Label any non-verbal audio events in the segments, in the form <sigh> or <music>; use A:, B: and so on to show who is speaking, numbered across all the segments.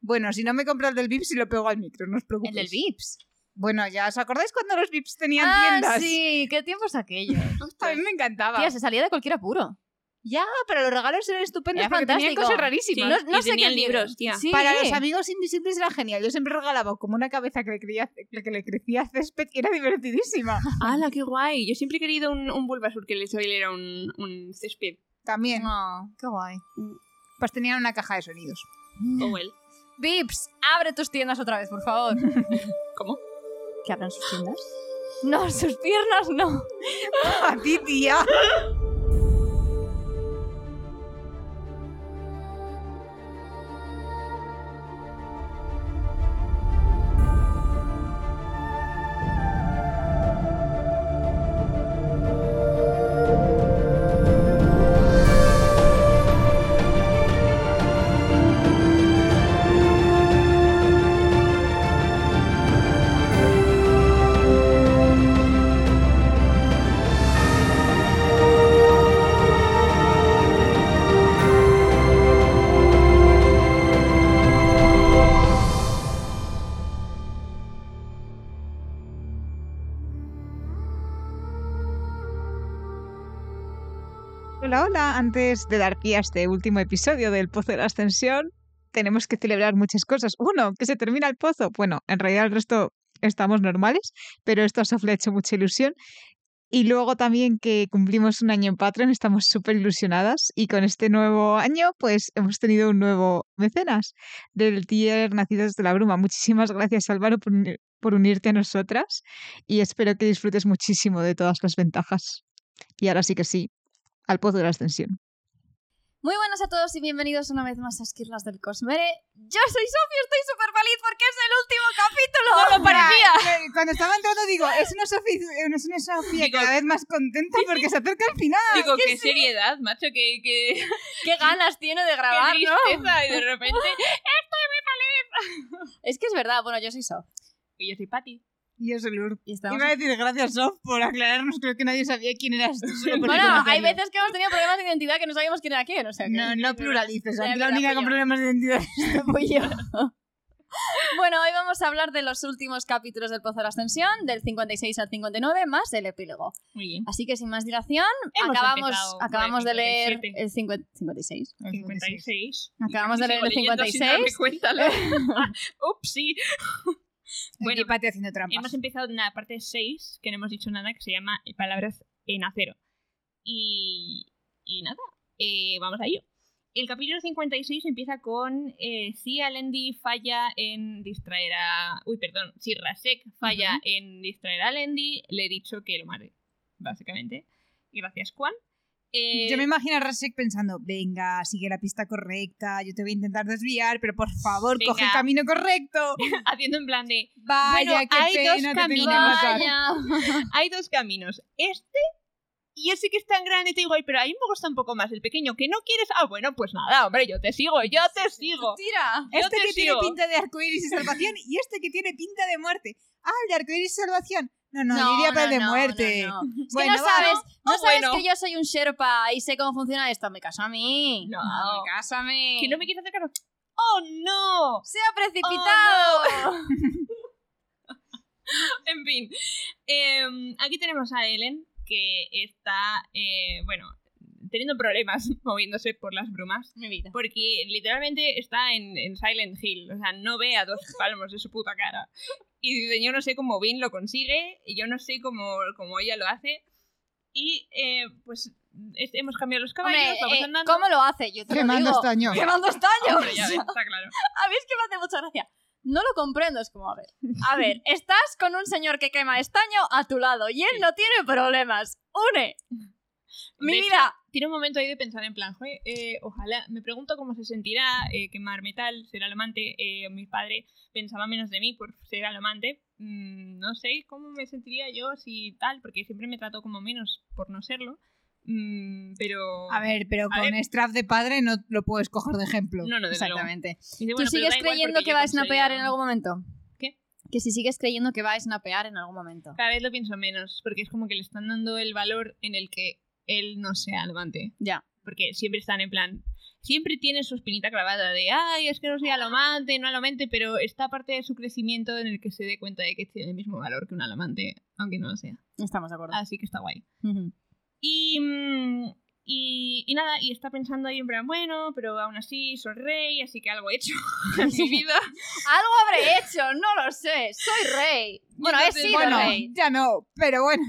A: Bueno, si no me compra el del Vips, y lo pego al micro, no os preocupéis.
B: El del Vips.
A: Bueno, ya, ¿os acordáis cuando los Vips tenían
B: Ah,
A: tiendas? Ah.
B: sí, qué tiempos aquellos.
A: A mí me encantaba.
B: Tía, se salía de cualquier apuro.
A: Ya, pero los regalos eran estupendos
B: Era
A: porque tenían
B: fantástico.
A: cosas
B: Sí,
A: rarísimas.
B: no- no
C: y
B: sé qué
C: tenían
B: libros.
C: libros, tía.
B: Sí.
A: Para los amigos invisibles era genial. Yo siempre regalaba como una cabeza que le, creía- que le crecía césped y era divertidísima.
C: ¡Hala, qué guay! Yo siempre he querido un, un Bulbasur que le era un, un césped.
A: <laughs> También,
B: No, qué guay.
A: pues tenían una caja de sonidos.
C: O él.
B: Vips, abre tus tiendas otra vez, por favor.
C: ¿Cómo?
B: ¿Que abran sus tiendas? No, sus piernas no.
A: <laughs> ¡A ti, tía! Hola, hola. Antes de dar pie a este último episodio del Pozo de la Ascensión, tenemos que celebrar muchas cosas. Uno, que se termina el pozo. Bueno, en realidad el resto estamos normales, pero esto a Sof le ha hecho mucha ilusión. Y luego también que cumplimos un año en Patreon, estamos súper ilusionadas. Y con este nuevo año, pues hemos tenido un nuevo mecenas del tier Nacidas de la Bruma. Muchísimas gracias, Álvaro, por, uni- por unirte a nosotras. Y espero que disfrutes muchísimo de todas las ventajas. Y ahora sí que sí, al pozo de la ascensión.
B: Muy buenas a todos y bienvenidos una vez más a Esquirlas del Cosmere. Yo soy Sofía, estoy súper feliz porque es el último capítulo. No <laughs> lo parecía.
A: Cuando estaba entrando digo, es una Sofía, es una <laughs> Sofía
C: Digo-
A: cada vez más contenta porque se acerca al final.
B: Ah,
C: Digo, qué seriedad, macho, que,
B: <laughs>
C: que, qué
B: Qué ganas tiene de grabar, Ah, ¿no?
C: tristeza. Y de repente.
B: Es que es verdad, bueno, yo soy Sof.
C: Y yo soy Patty.
A: Y es el Ur.
B: Y estamos
A: Iba a decir gracias, Sof, por aclararnos. Creo que nadie sabía quién eras tú. solo por el
B: Bueno, hay
A: comentario.
B: veces que hemos tenido problemas de identidad que no sabíamos quién era quién, o sea que...
A: No, no
B: <laughs>
A: pluralices.
B: Sí,
A: a ti
B: es
A: la
B: verdad,
A: única
B: fui
A: con
B: yo.
A: problemas de identidad.
B: Fui yo. Bueno, hoy vamos a hablar de los últimos capítulos del Pozo de la Ascensión, del 56 al 59, más el epílogo.
C: Muy bien.
B: Así que sin más dilación,
C: Hemos
B: acabamos,
C: empezado por el
B: acabamos de leer
C: 57.
B: el cincuenta- 56.
C: 56.
B: Acabamos de leer el
C: Sigo leyendo sin darme
B: 56.
C: cuenta, la- Ah, <laughs> Ups,
B: <laughs>
C: sí. Bueno,
A: Aquí Pati haciendo trampas.
C: Hemos empezado una parte 6 que no hemos dicho nada que se llama eh, Palabras en acero. Y, y nada, eh, vamos a ello. El capítulo 56 empieza con eh, si Alendi falla en distraer a... Uy, perdón, si Rasek falla
B: Ujú.
C: en distraer a Alendi, le he dicho que lo mate, básicamente. Gracias, Juan. Eh, <laughs>
A: Yo me imagino a Rasek pensando, venga, sigue la pista correcta, yo te voy a intentar desviar, pero por favor, coge el
C: Venga.
A: camino correcto.
C: haciendo en plan de...
A: Vaya,
C: Bueno,
A: qué
C: hay
A: pena,
C: dos
A: te tengo que
C: caminos.
A: matar.
B: Vaya. <laughs>
C: hay dos caminos. Este y ese que es tan grande, te digo, "Ay, pero a mí me gusta un poco más el pequeño que no quieres. Ah, bueno, pues nada, hombre, yo te sigo, yo te sigo.
B: Tira.
C: Yo
A: Este
C: te
A: que tiene
C: sigo.
A: pinta de arcoíris y salvación y este que tiene pinta de muerte. Ah, el de arcoíris y salvación. No, no, yo iría para el de
B: no, no,
A: muerte.
B: no. Es
A: Bueno,
B: que no
A: va,
B: sabes, no
C: Ah,
B: sabes
C: bueno.
B: que yo soy un Sherpa y sé cómo funciona esto. Me caso a mí.
C: No.
B: me caso a mí.
C: Que no me quieres hacer caso. ¡Oh, no! <laughs>
B: Se ha precipitado.
A: Oh,
C: En fin. Em, aquí tenemos a Ellen, que está, eh, bueno, teniendo problemas <laughs> moviéndose por las brumas.
B: <laughs> Mi vida.
C: Porque literalmente está en, en Silent Hill. O sea, no ve a dos palmos de su puta cara. Y dice, yo no sé cómo Vin lo consigue, y yo no sé cómo, cómo ella lo hace. Y eh, pues es- hemos cambiado los caballos,
B: Hombre,
C: vamos
B: eh,
C: pues andando.
B: ¿cómo lo hace? Yo te lo
A: Quemando
B: digo.
A: estaño.
C: <laughs>
B: Quemando estaños.
C: Hombre, ya ves, está claro.
B: <laughs> A mí es que me hace mucha gracia. No lo comprendo, es como, a ver, a
C: <laughs>
B: ver, estás con un señor que quema estaño a tu lado y él no tiene problemas. ¡Une! ¡Mi
C: De hecho,
B: vida!
C: Tiene un momento ahí de pensar en plan, "Joe, eh, ojalá, me pregunto cómo se sentirá eh, quemar metal, ser alomante. Eh, mi padre pensaba menos de mí por ser alomante. Mm, no sé cómo me sentiría yo si tal, porque siempre me trató como menos por no serlo. Mm, pero...
A: A ver, pero
C: A
A: con Strap de padre no lo puedes coger de ejemplo.
C: No, no, desde luego.
B: Exactamente.
C: Dice, "Bueno,
B: ¿Tú
C: pero
B: sigues
C: da igual
B: creyendo
C: porque
B: que
C: yo
B: va a
C: conseguía".
B: snapear en algún momento?
C: ¿Qué?
B: Que si sigues creyendo que va a snapear en algún momento.
C: Cada vez lo pienso menos, porque es como que le están dando el valor en el que él no sea alomante.
B: Ya.
C: porque siempre están en plan, siempre tienen su espinita clavada de, ay, es que no soy alomante, no alomante, pero está parte de su crecimiento en el que se dé cuenta de que tiene el mismo valor que un alomante, aunque no lo sea.
B: Estamos de acuerdo.
C: Así que está guay.
B: Ujú.
C: Y, mm, y, y nada, y está pensando ahí en plan, bueno, pero aún así soy rey, así que algo he hecho <laughs> en mi vida.
B: Algo habré hecho, no lo sé. Soy
C: <laughs>
B: rey. Bueno, he
C: Entonces,
B: sido
A: Bueno,
B: rey.
A: ya no, pero bueno.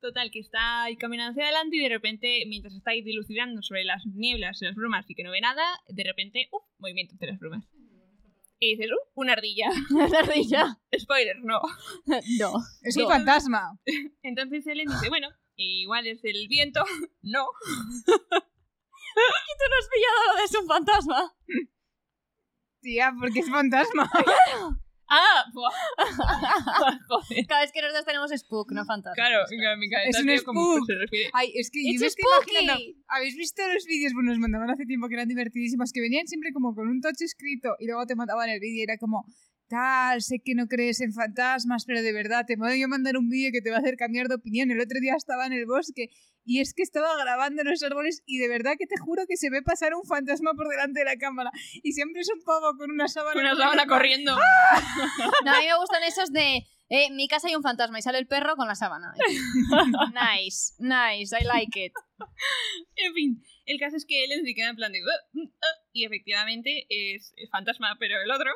C: Total, que está ahí caminando hacia adelante y de repente, mientras está ahí dilucidando sobre las nieblas y las brumas y que no ve nada, de repente, ¡up! movimiento entre las brumas. Y dices, ¡uh! Una ardilla. <laughs>
B: La <laughs> ardilla.
C: Spoiler, no.
B: No.
A: Es un
B: No.
A: fantasma.
C: Entonces Ellen
A: Ah.
C: dice, bueno, igual es el viento. <laughs> No.
B: Tú no has pillado lo de su fantasma.
A: Tía, porque es fantasma.
C: <laughs> ¡Ah! buah. Joder.
B: Cada vez que nosotros tenemos spook, no fantasma.
C: Claro, en mi cabeza
A: Es un
C: tío, como
A: spook.
C: se refiere.
A: Ay, es que yo
B: It's
A: me estoy imaginando.
B: spooky.
A: ¿Habéis visto los vídeos? Bueno, nos mandaban hace tiempo que eran divertidísimas, que venían siempre como con un tocho escrito y luego te mandaban el vídeo y era como, tal, sé que no crees en fantasmas, pero de verdad te voy a mandar un vídeo que te va a hacer cambiar de opinión. El otro día estaba en el bosque y es que estaba grabando en los árboles y de verdad que te juro que se ve pasar un fantasma por delante de la cámara y siempre es un pavo con una sábana.
C: Una sábana corriendo.
B: <laughs> No, a mí me gustan esos de. Eh, en mi casa hay un fantasma y sale el perro con la
C: <laughs>
B: sábana. Nice, nice, I like it.
C: <laughs> En fin, el caso es que Ellen se queda en plan de... "Uh, mm, ah", y efectivamente es el fantasma, pero el otro.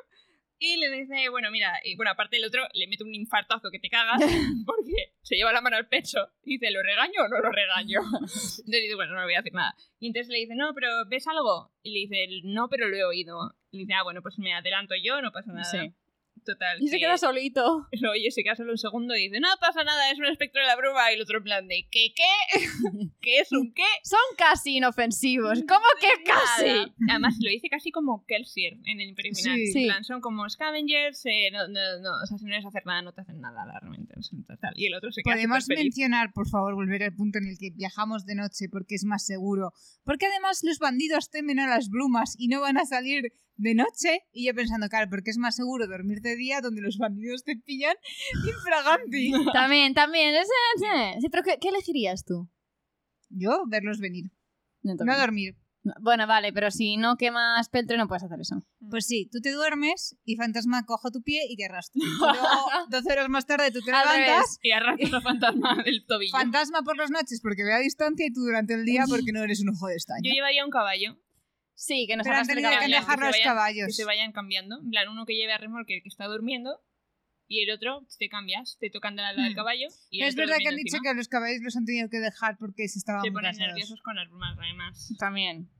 C: Y le dice, bueno, mira, y bueno, aparte el otro le mete un infartazo que te
B: <laughs>
C: cagas porque se lleva la mano al pecho. Y dice, ¿lo regaño o no lo
B: <laughs>
C: regaño? Entonces dice, bueno, no le voy a decir nada. Y entonces le dice, no, pero ¿ves algo? Y le dice, no, pero lo he oído. Y dice, ah, bueno, pues me adelanto yo, no pasa nada.
B: Sí.
C: Total.
B: Y se
C: que-
B: queda solito.
C: <laughs> lo oye, se queda solo un segundo y dice, no pasa nada, es un espectro de la bruma. Y el otro en plan de, ¿qué
B: <laughs>
C: qué? <laughs> ¿Qué es un qué?
B: Son casi inofensivos. ¿Cómo
A: <laughs>
B: que casi?
C: Nada. Además, lo dice casi como Kelsier en el Imperio Final.
A: Sí.
B: Sí.
C: En plan, son como scavengers, eh, no, no, no, o sea, si no les hacer nada, no te hacen nada, la- realmente. o sea, tal. Y el otro se queda
A: Podemos
C: súper feliz.
A: mencionar, por favor, volver al punto en el que viajamos de noche porque es más seguro. Porque además los bandidos temen a las brumas y no van a salir de noche. Y yo pensando, claro, porque es más seguro dormir de día donde los bandidos te pillan <laughs> infraganti.
B: También, también. ese- ese. Sí, pero ¿qué, qué elegirías tú?
A: Yo, verlos venir.
B: No,
A: No
B: también.
A: dormir.
B: Bueno, vale, pero si no quemas peltre no puedes hacer eso.
A: Pues sí, tú te duermes y fantasma cojo tu pie y te arrastra. Luego, 12 horas más tarde tú te
B: Al
A: levantas.
C: Y arrastra a
A: <laughs>
C: fantasma del tobillo.
A: Fantasma por las noches porque ve a distancia y tú durante el día porque no eres un ojo de
C: Yo
A: estaño.
C: llevaría un caballo,
B: Sí, que nos
A: Pero han
B: arrastre el
A: tenido que
B: caballo.
A: dejar
C: que
A: los
C: vayan- que
A: caballos.
C: se vayan cambiando. En plan, uno que lleve a remolque el que está durmiendo y el otro te cambias, te tocan de la ala del caballo. Y el
A: Mm. es
C: otro
A: verdad que han
C: durmiendo
A: dicho
C: encima.
A: que a los caballos los han tenido que dejar porque se estaban
C: Se
A: muy
C: ponen
A: cansados.
C: nerviosos con las brumas, además.
B: También.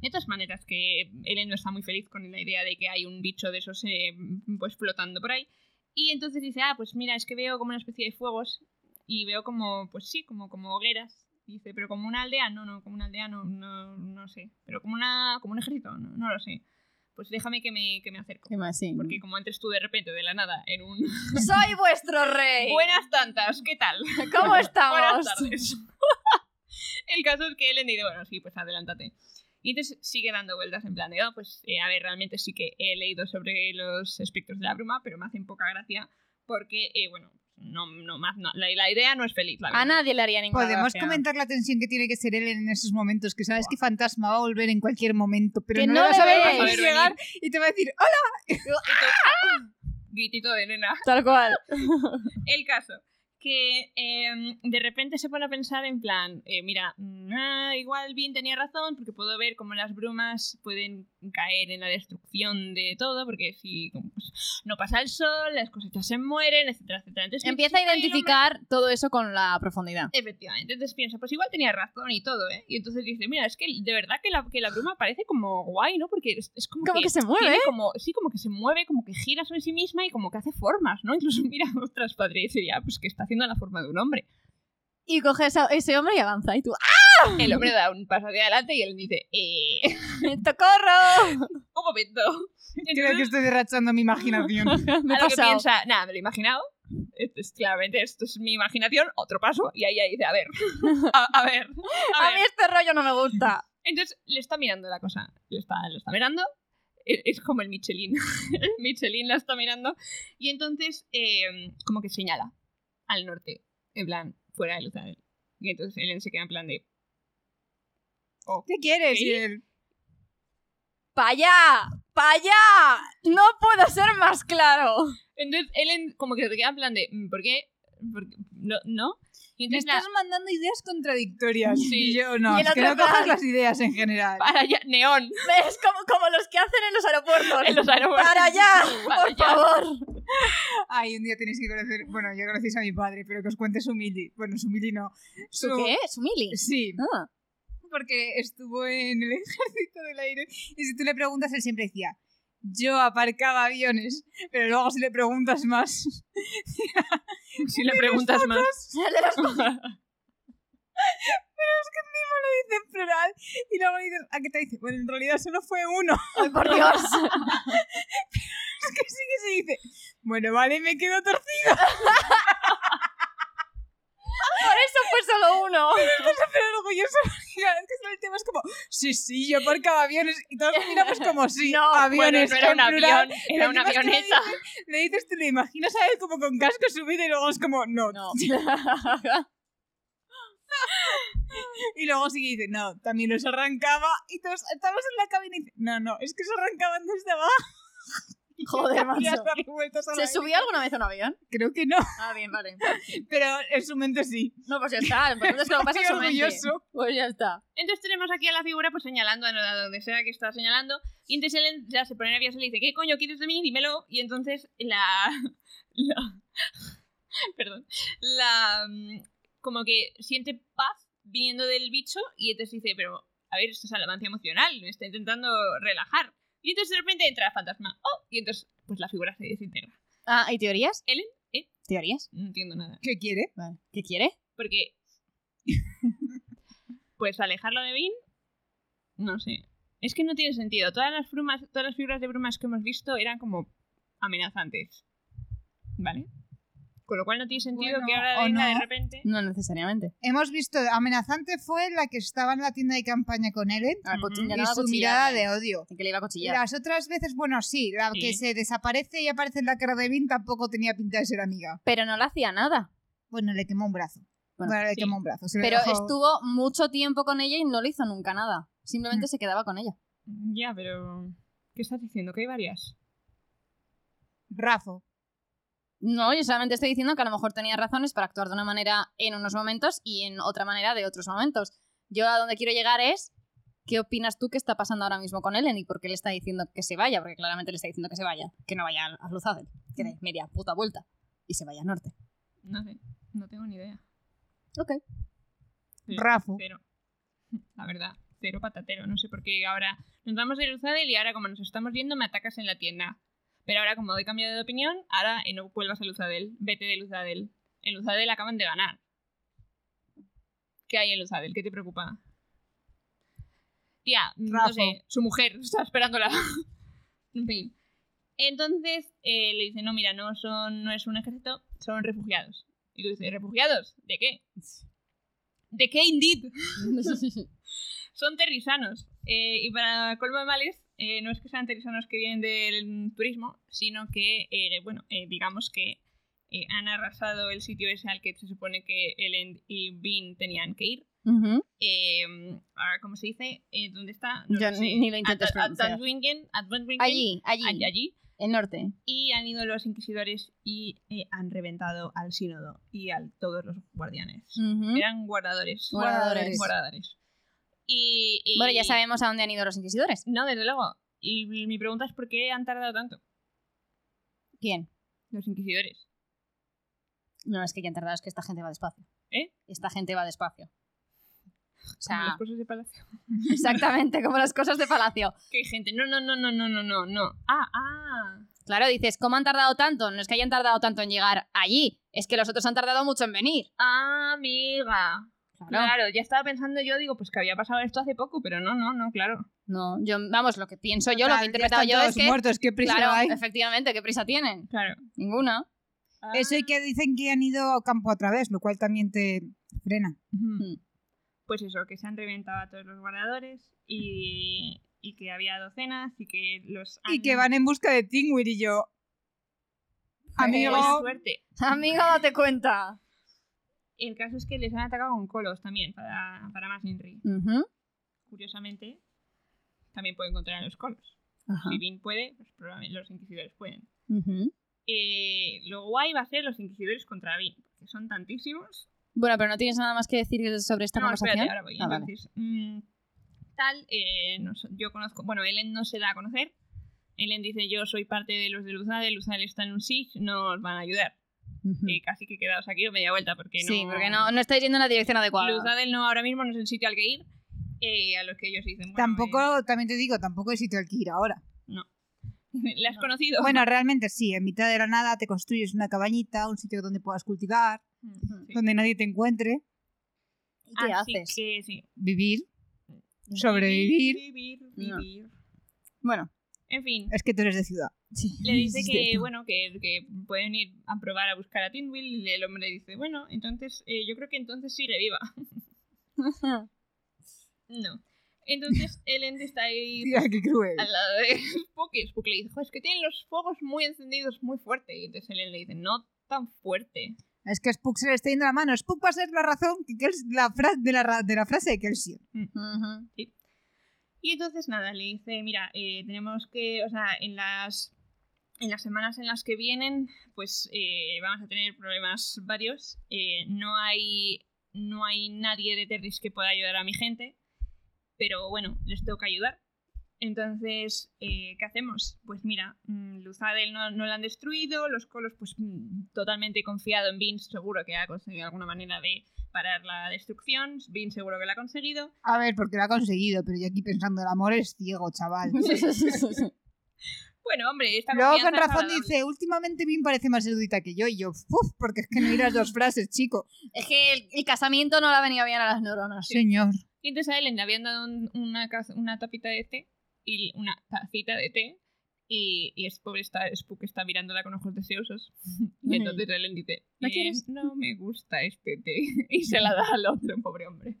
C: De todas maneras, que Ellen no está muy feliz con la idea de que hay un bicho de esos eh, pues flotando por ahí. Y entonces dice, ah, pues mira, es que veo como una especie de fuegos y veo como, pues sí, como, como hogueras. Y dice, pero como una aldea, no, no, como una aldea, no, no, no sé. Pero como, una, como un ejército, no, no lo sé. Pues déjame que me, que me acerco.
B: ¿Qué más? Sí.
C: Porque como entres tú de repente, de la nada, en un...
B: Soy vuestro rey.
C: Buenas tantas, ¿qué tal?
B: ¿Cómo estamos?
C: Buenas tardes. <laughs> El caso es que Ellen dice, bueno, sí, pues adelántate. Y entonces sigue dando vueltas en plan de, "Oh, pues eh, a ver, realmente sí que he leído sobre los espectros de la bruma, pero me hacen poca gracia porque, eh, bueno, no, no más, no, la, la idea no es feliz. la
B: A
C: verdad".
B: nadie le haría ninguna
A: Podemos
B: gracia.
A: comentar la tensión que tiene que ser él en esos momentos, que sabes que Fantasma va a volver en cualquier momento, pero
B: Que
A: no,
B: no
A: lo vas a
B: le
A: ver
B: veis.
A: cuando
C: A ver,
A: llegar y te va a decir, ¡Hola!
C: Gritito de nena.
B: Tal cual.
C: El caso. Que em, de repente se pone a pensar en plan, eh, mira, mm, ah, igual bien tenía razón, porque puedo ver cómo las brumas pueden caer en la destrucción de todo, porque si pues, no pasa el sol, las cosechas se mueren, etcétera, etcétera. Entonces,
B: Empieza a
C: hay un hombre-
B: identificar todo eso con la profundidad.
C: Efectivamente, entonces piensa, pues igual tenía razón y todo, ¿eh? Y entonces dice, mira, es que de verdad que la, que la bruma parece como guay, ¿no? Porque es, es como,
B: Como que se mueve,
C: tiene
B: ¿eh?
C: como, sí, como que se mueve, como que gira sobre sí misma y como que hace formas, ¿no? <laughs> Incluso mira, otras padre, y sería, pues que está haciendo la forma de un hombre.
B: Y coge esa- ese hombre y avanza. Y tú, "Ah, <laughs>
C: El hombre da un paso hacia adelante y él dice, eh,
B: ¡ah!
C: <laughs>
B: ¡Tocorro!
C: un momento.
A: Creo que estoy derrachando mi
C: <laughs>
A: imaginación.
B: <laughs> Me he
C: a lo que
B: pasado.
C: piensa, nada, me lo he imaginado. Esto es, claramente, esto es mi imaginación, otro paso, y ahí, ahí dice, a ver, <laughs> a, a ver,
B: <laughs>
C: a
B: A mí
C: ver.
B: este rollo no me <laughs> gusta.
C: Entonces le está mirando la cosa, le está, le está mirando, E- es como el Michelin, <laughs> el Michelin la está mirando, y entonces eh, como que señala al norte, en plan, fuera de Luzadel. Y entonces Ellen se queda en plan de, Oh.
A: ¿Qué quieres?
C: ¿Sí?
A: Y él,
B: ¡Para allá! ¡Para allá! No puedo ser más claro.
C: Entonces él en- como que se queda en plan de, "Mm, ¿por qué? ¿Por qué? No, ¿No? Y
A: me
C: entonces la-
A: estás mandando ideas contradictorias.
C: Sí.
A: Y yo no,
B: Y el
A: es que
B: otro
A: no cojas
B: plan.
A: las ideas en general.
C: para allá,
B: <laughs>
C: neón, <laughs>
B: Es como, como los que hacen en los aeropuertos.
C: en los aeropuertos.
B: ¡Para allá!
C: <laughs>
B: <laughs>
C: Para
B: ¡Por
C: allá.
B: favor!
A: Ay, un día tenéis que conocer. Bueno, ya conocéis a mi padre, pero que os cuente su mili. Bueno, su mili no.
B: ¿Su qué? ¿Su mili?
A: Sí,
B: Ah.
A: porque estuvo en el <laughs> ejército del aire. Y si tú le preguntas, él siempre decía: Yo aparcaba aviones. Pero luego, si le preguntas más, <laughs>
C: Si <laughs> le preguntas más.
B: El de los-
A: dice en plural. Y luego le dices: ¿A qué te dice? Bueno, en realidad solo fue uno. <laughs>
B: ¡Ay, <laughs> por Dios!
A: Es que sí que se dice: Bueno, vale, me quedo torcido. <laughs>
B: Por eso fue solo uno.
A: Pero orgulloso. <laughs> porque Cada vez que sale el tema es como: Sí, sí, yo aparcaba aviones. Y todos
C: <laughs>
A: miramos como: Sí,
B: No,
A: aviones.
C: bueno, no era
A: en
C: un
A: plural.
C: avión, era una
A: Encima es que le
C: avioneta.
A: dices- Le dices, te lo imaginas a él como con casco subido y luego es como, no.
B: No.
A: Y luego sí que dice, no, también los arrancaba. Y todos estamos en la cabina y dice, no, no, es que se arrancaban desde abajo.
B: <laughs> <laughs> Joder,
A: Y
B: macho.
A: hasta darle vueltas al
B: ¿Se
A: aire.
B: subió alguna vez a un avión?
A: Creo que no, <laughs>
B: Ah, bien, vale.
A: pero en su mente sí.
B: No, pues ya está. Lo importante es que lo pasa en
A: Qué
B: su mente.
A: orgulloso.
B: Pues ya está.
C: Entonces tenemos aquí a la figura pues señalando a donde sea que está señalando. Y entonces él ya se pone nervioso y le dice, ¿qué coño quieres de mí? Dímelo. Y entonces la... <laughs> la- perdón. La... mm, Como que siente paz viniendo del bicho y entonces dice, pero a ver, esto es alabanza emocional, me está intentando relajar. Y entonces de repente entra el fantasma. Oh, y entonces pues la figura se desintegra.
B: Ah, ¿y teorías?
C: Ellen, ¿eh?
B: ¿Teorías?
C: No entiendo nada.
A: ¿Qué quiere?
B: ¿Qué quiere?
C: <laughs> Porque... pues alejarlo de Vin, no sé. Es que no tiene sentido. Todas las brumas, todas las figuras de brumas que hemos visto eran como amenazantes. ¿Vale? Con lo cual no tiene sentido
A: Bueno,
C: que ahora
A: o
C: venga de
A: no.
C: repente.
B: No necesariamente.
A: Hemos visto, amenazante fue la que estaba en la tienda de campaña con Ellen
B: A la
C: Ujú.
B: cuchilla,
A: y
B: no la
A: su
B: cuchilla,
A: mirada
B: eh.
A: de odio.
B: Que le iba a
A: Y
B: cuchillar.
A: las otras veces, bueno, sí, la
C: Sí.
A: que se desaparece y aparece en la cara de Vin tampoco tenía pinta de ser amiga.
B: Pero no le hacía nada.
A: Bueno, le quemó un brazo.
B: Bueno,
A: Bueno, le
C: sí.
A: quemó un brazo. se le
B: Pero
A: dejó-
B: estuvo mucho tiempo con ella y no le hizo nunca nada. Simplemente
A: Mm.
B: se quedaba con ella.
C: Ya, pero. ¿Qué estás diciendo? Que hay varias.
A: Rafo.
B: No, yo solamente estoy diciendo que a lo mejor tenía razones para actuar de una manera en unos momentos y en otra manera de otros momentos. Yo a donde quiero llegar es, ¿qué opinas tú que está pasando ahora mismo con Ellen y por qué le está diciendo que se vaya? Porque claramente le está diciendo que se vaya, que no vaya a Luzadel, que dé media puta vuelta y se vaya al norte.
C: No sé. No tengo ni idea.
B: Ok.
C: Sí.
A: Rafo.
C: Cero. <laughs> La verdad, cero patatero. No sé por qué ahora nos vamos de Luzadel y ahora como nos estamos viendo me atacas en la tienda. Pero ahora como he cambiado de opinión, ahora eh, no vuelvas a Luzadel. Vete de Luzadel. En Luzadel acaban de ganar. ¿Qué hay en Luzadel? ¿Qué te preocupa? Tía, no
A: Rafo.
C: sé, su mujer <laughs> está esperándola. en fin. Entonces eh, le dice, no, mira, no, son, no es un ejército, son refugiados. Y tú dices, ¿refugiados? ¿De qué? ¿De qué, indeed? son terrisanos. Eh, y para colmo de males, eh, no es que sean terrisanos que vienen del turismo, sino que, eh, bueno, eh, digamos que eh, han arrasado el sitio ese al que se supone que Ellen y Bean tenían que ir.
B: <laughs> Ujú.
C: Eh, ah, ¿Cómo se dice? Eh, ¿Dónde está?
B: Ya ni- ni lo intentes
C: At- at-
B: pronunciar.
C: Atwingen, Atwingen,
B: Allí,
C: allí,
B: allí,
C: allí.
B: el norte.
C: Y han ido los inquisidores y eh, han reventado al sínodo y a todos los guardianes.
B: Ujú.
C: Eran guardadores.
B: Mm. Guardadores.
C: Guardadores. Y, y-
B: Bueno, ya sabemos a dónde han ido los inquisidores.
C: No, desde luego. Y mi pregunta es por qué han tardado tanto
B: Bien.
C: los inquisidores.
B: No, es que ya han tardado, es que esta gente va despacio.
C: ¿Eh?
B: Esta gente va despacio. O
C: Como
B: sea,
C: las cosas de palacio.
B: Exactamente, como las cosas de palacio.
C: Que hay gente. No, no, no, no, no, no, no, no. Ah, ah.
B: Claro, dices, ¿cómo han tardado tanto? No es que hayan tardado tanto en llegar allí, es que los otros han tardado mucho en venir.
C: Ah, amiga.
B: Claro.
C: Claro, ya estaba pensando yo, digo, pues que había pasado esto hace poco, pero no, no, no, claro.
B: No, yo, vamos, lo que pienso yo, lo
A: Total,
B: que he
A: ya
B: interpretado
A: están
B: yo es
A: todos
B: que.
A: muertos, qué prisa
B: claro,
A: hay.
B: efectivamente, ¿qué prisa tienen?
C: Claro.
B: Ninguna.
C: Ah,
A: Eso y que dicen que han ido a campo a través, lo cual también te frena.
C: Ujú. Pues eso, que se han reventado a todos los guardadores y, y que había docenas y que los han...
A: Y que van en busca de Tingwir y yo. Amigo,
C: Buena suerte.
B: Amigo, date cuenta.
C: El caso es que les han atacado con colos también, para, para más Henry. curiosamente, también puede encontrar a los colos.
B: Ajá.
C: Si Bean puede, pues probablemente los inquisidores pueden.
B: Ujú.
C: Eh, lo guay va a ser los inquisidores contra Bean, porque son tantísimos.
B: Bueno, pero no tienes nada más que decir sobre esta
C: No,
B: conversación.
C: espérate, ahora voy.
B: Ah, vale.
C: Entonces, mm, tal, eh, no so- yo conozco, bueno, Ellen no se da a conocer. Ellen dice, yo soy parte de los de Luzal, Luzal está en un SIG, no os van a ayudar.
B: Ujú.
C: Eh, casi que quedaos aquí o media vuelta, porque no...
B: Mm. Sí, porque no, no estáis yendo en la dirección adecuada.
C: Luzadel no, ahora mismo no es el sitio al que ir. eh, a los que ellos dicen, bueno, eh,
A: Tampoco, también te digo, tampoco hay sitio al que ir
C: <laughs>
A: ahora.
C: ¿Le eh, has conocido?
A: Bueno, realmente sí, en mitad de la nada te construyes una cabañita, un sitio donde puedas cultivar,
C: Sí.
A: donde nadie te encuentre,
B: ¿Y qué
C: Así
B: haces?
C: que ah, sí.
A: vivir, sobrevivir.
C: Vivir,
B: No.
C: vivir.
B: Bueno,
C: En fin,
A: Es que tú eres de ciudad.
B: sí. <laughs>
C: le dice
A: es
C: que,
A: cierto.
C: bueno, que, que pueden ir a probar a buscar a Tinwill y el hombre dice, bueno, entonces eh, yo creo que entonces sigue viva. <laughs> No.
B: <laughs>
C: Entonces Ellen está ahí
A: <laughs> Mira, qué cruel.
C: al lado de <laughs> Spooky. Spooky le dice, "Jo, es que tienen los fuegos muy encendidos, muy fuerte. Y entonces Ellen le dice, no tan fuerte.
A: Es que Spook se le está yendo la mano. Spook va a ser la razón que Kels- la fra- de, la ra- de la frase de Kelsier.
B: Ujú.
C: Y entonces nada, le dice, mira, eh, tenemos que, o sea, en las, en las semanas en las que vienen, pues eh, vamos a tener problemas varios. Eh, no, hay, no hay nadie de Terris que pueda ayudar a mi gente, pero bueno, les tengo que ayudar. Entonces, eh, ¿qué hacemos? Pues mira, mm, Luzadel no, no la han destruido, los colos pues mm, totalmente confiado en Vince, seguro que ha conseguido alguna manera de parar la destrucción, Vince seguro que la ha conseguido,
A: A ver, porque lo ha conseguido, pero yo aquí pensando, el amor es ciego, chaval.
B: <laughs>
C: Bueno, hombre, esta
A: Luego
C: confianza
A: con
C: es
A: razón
C: agradable.
A: dice, últimamente Vin parece más erudita que yo. Y yo, uff, porque es que no irás
B: <laughs>
A: dos frases, chico.
B: es que el, el casamiento no le ha venido bien a las neuronas.
A: Señor.
C: Y entonces a Ellen le habían dado un- una, caz- una tapita de té y una tacita de té y, y es pobre está, Spook está mirándola con ojos deseosos. <laughs> Y
B: Ay.
C: entonces Ellen dice,
B: ¿No
C: "Eh,
B: quieres?
C: no me gusta este té. <laughs> Y se la da al otro, pobre hombre.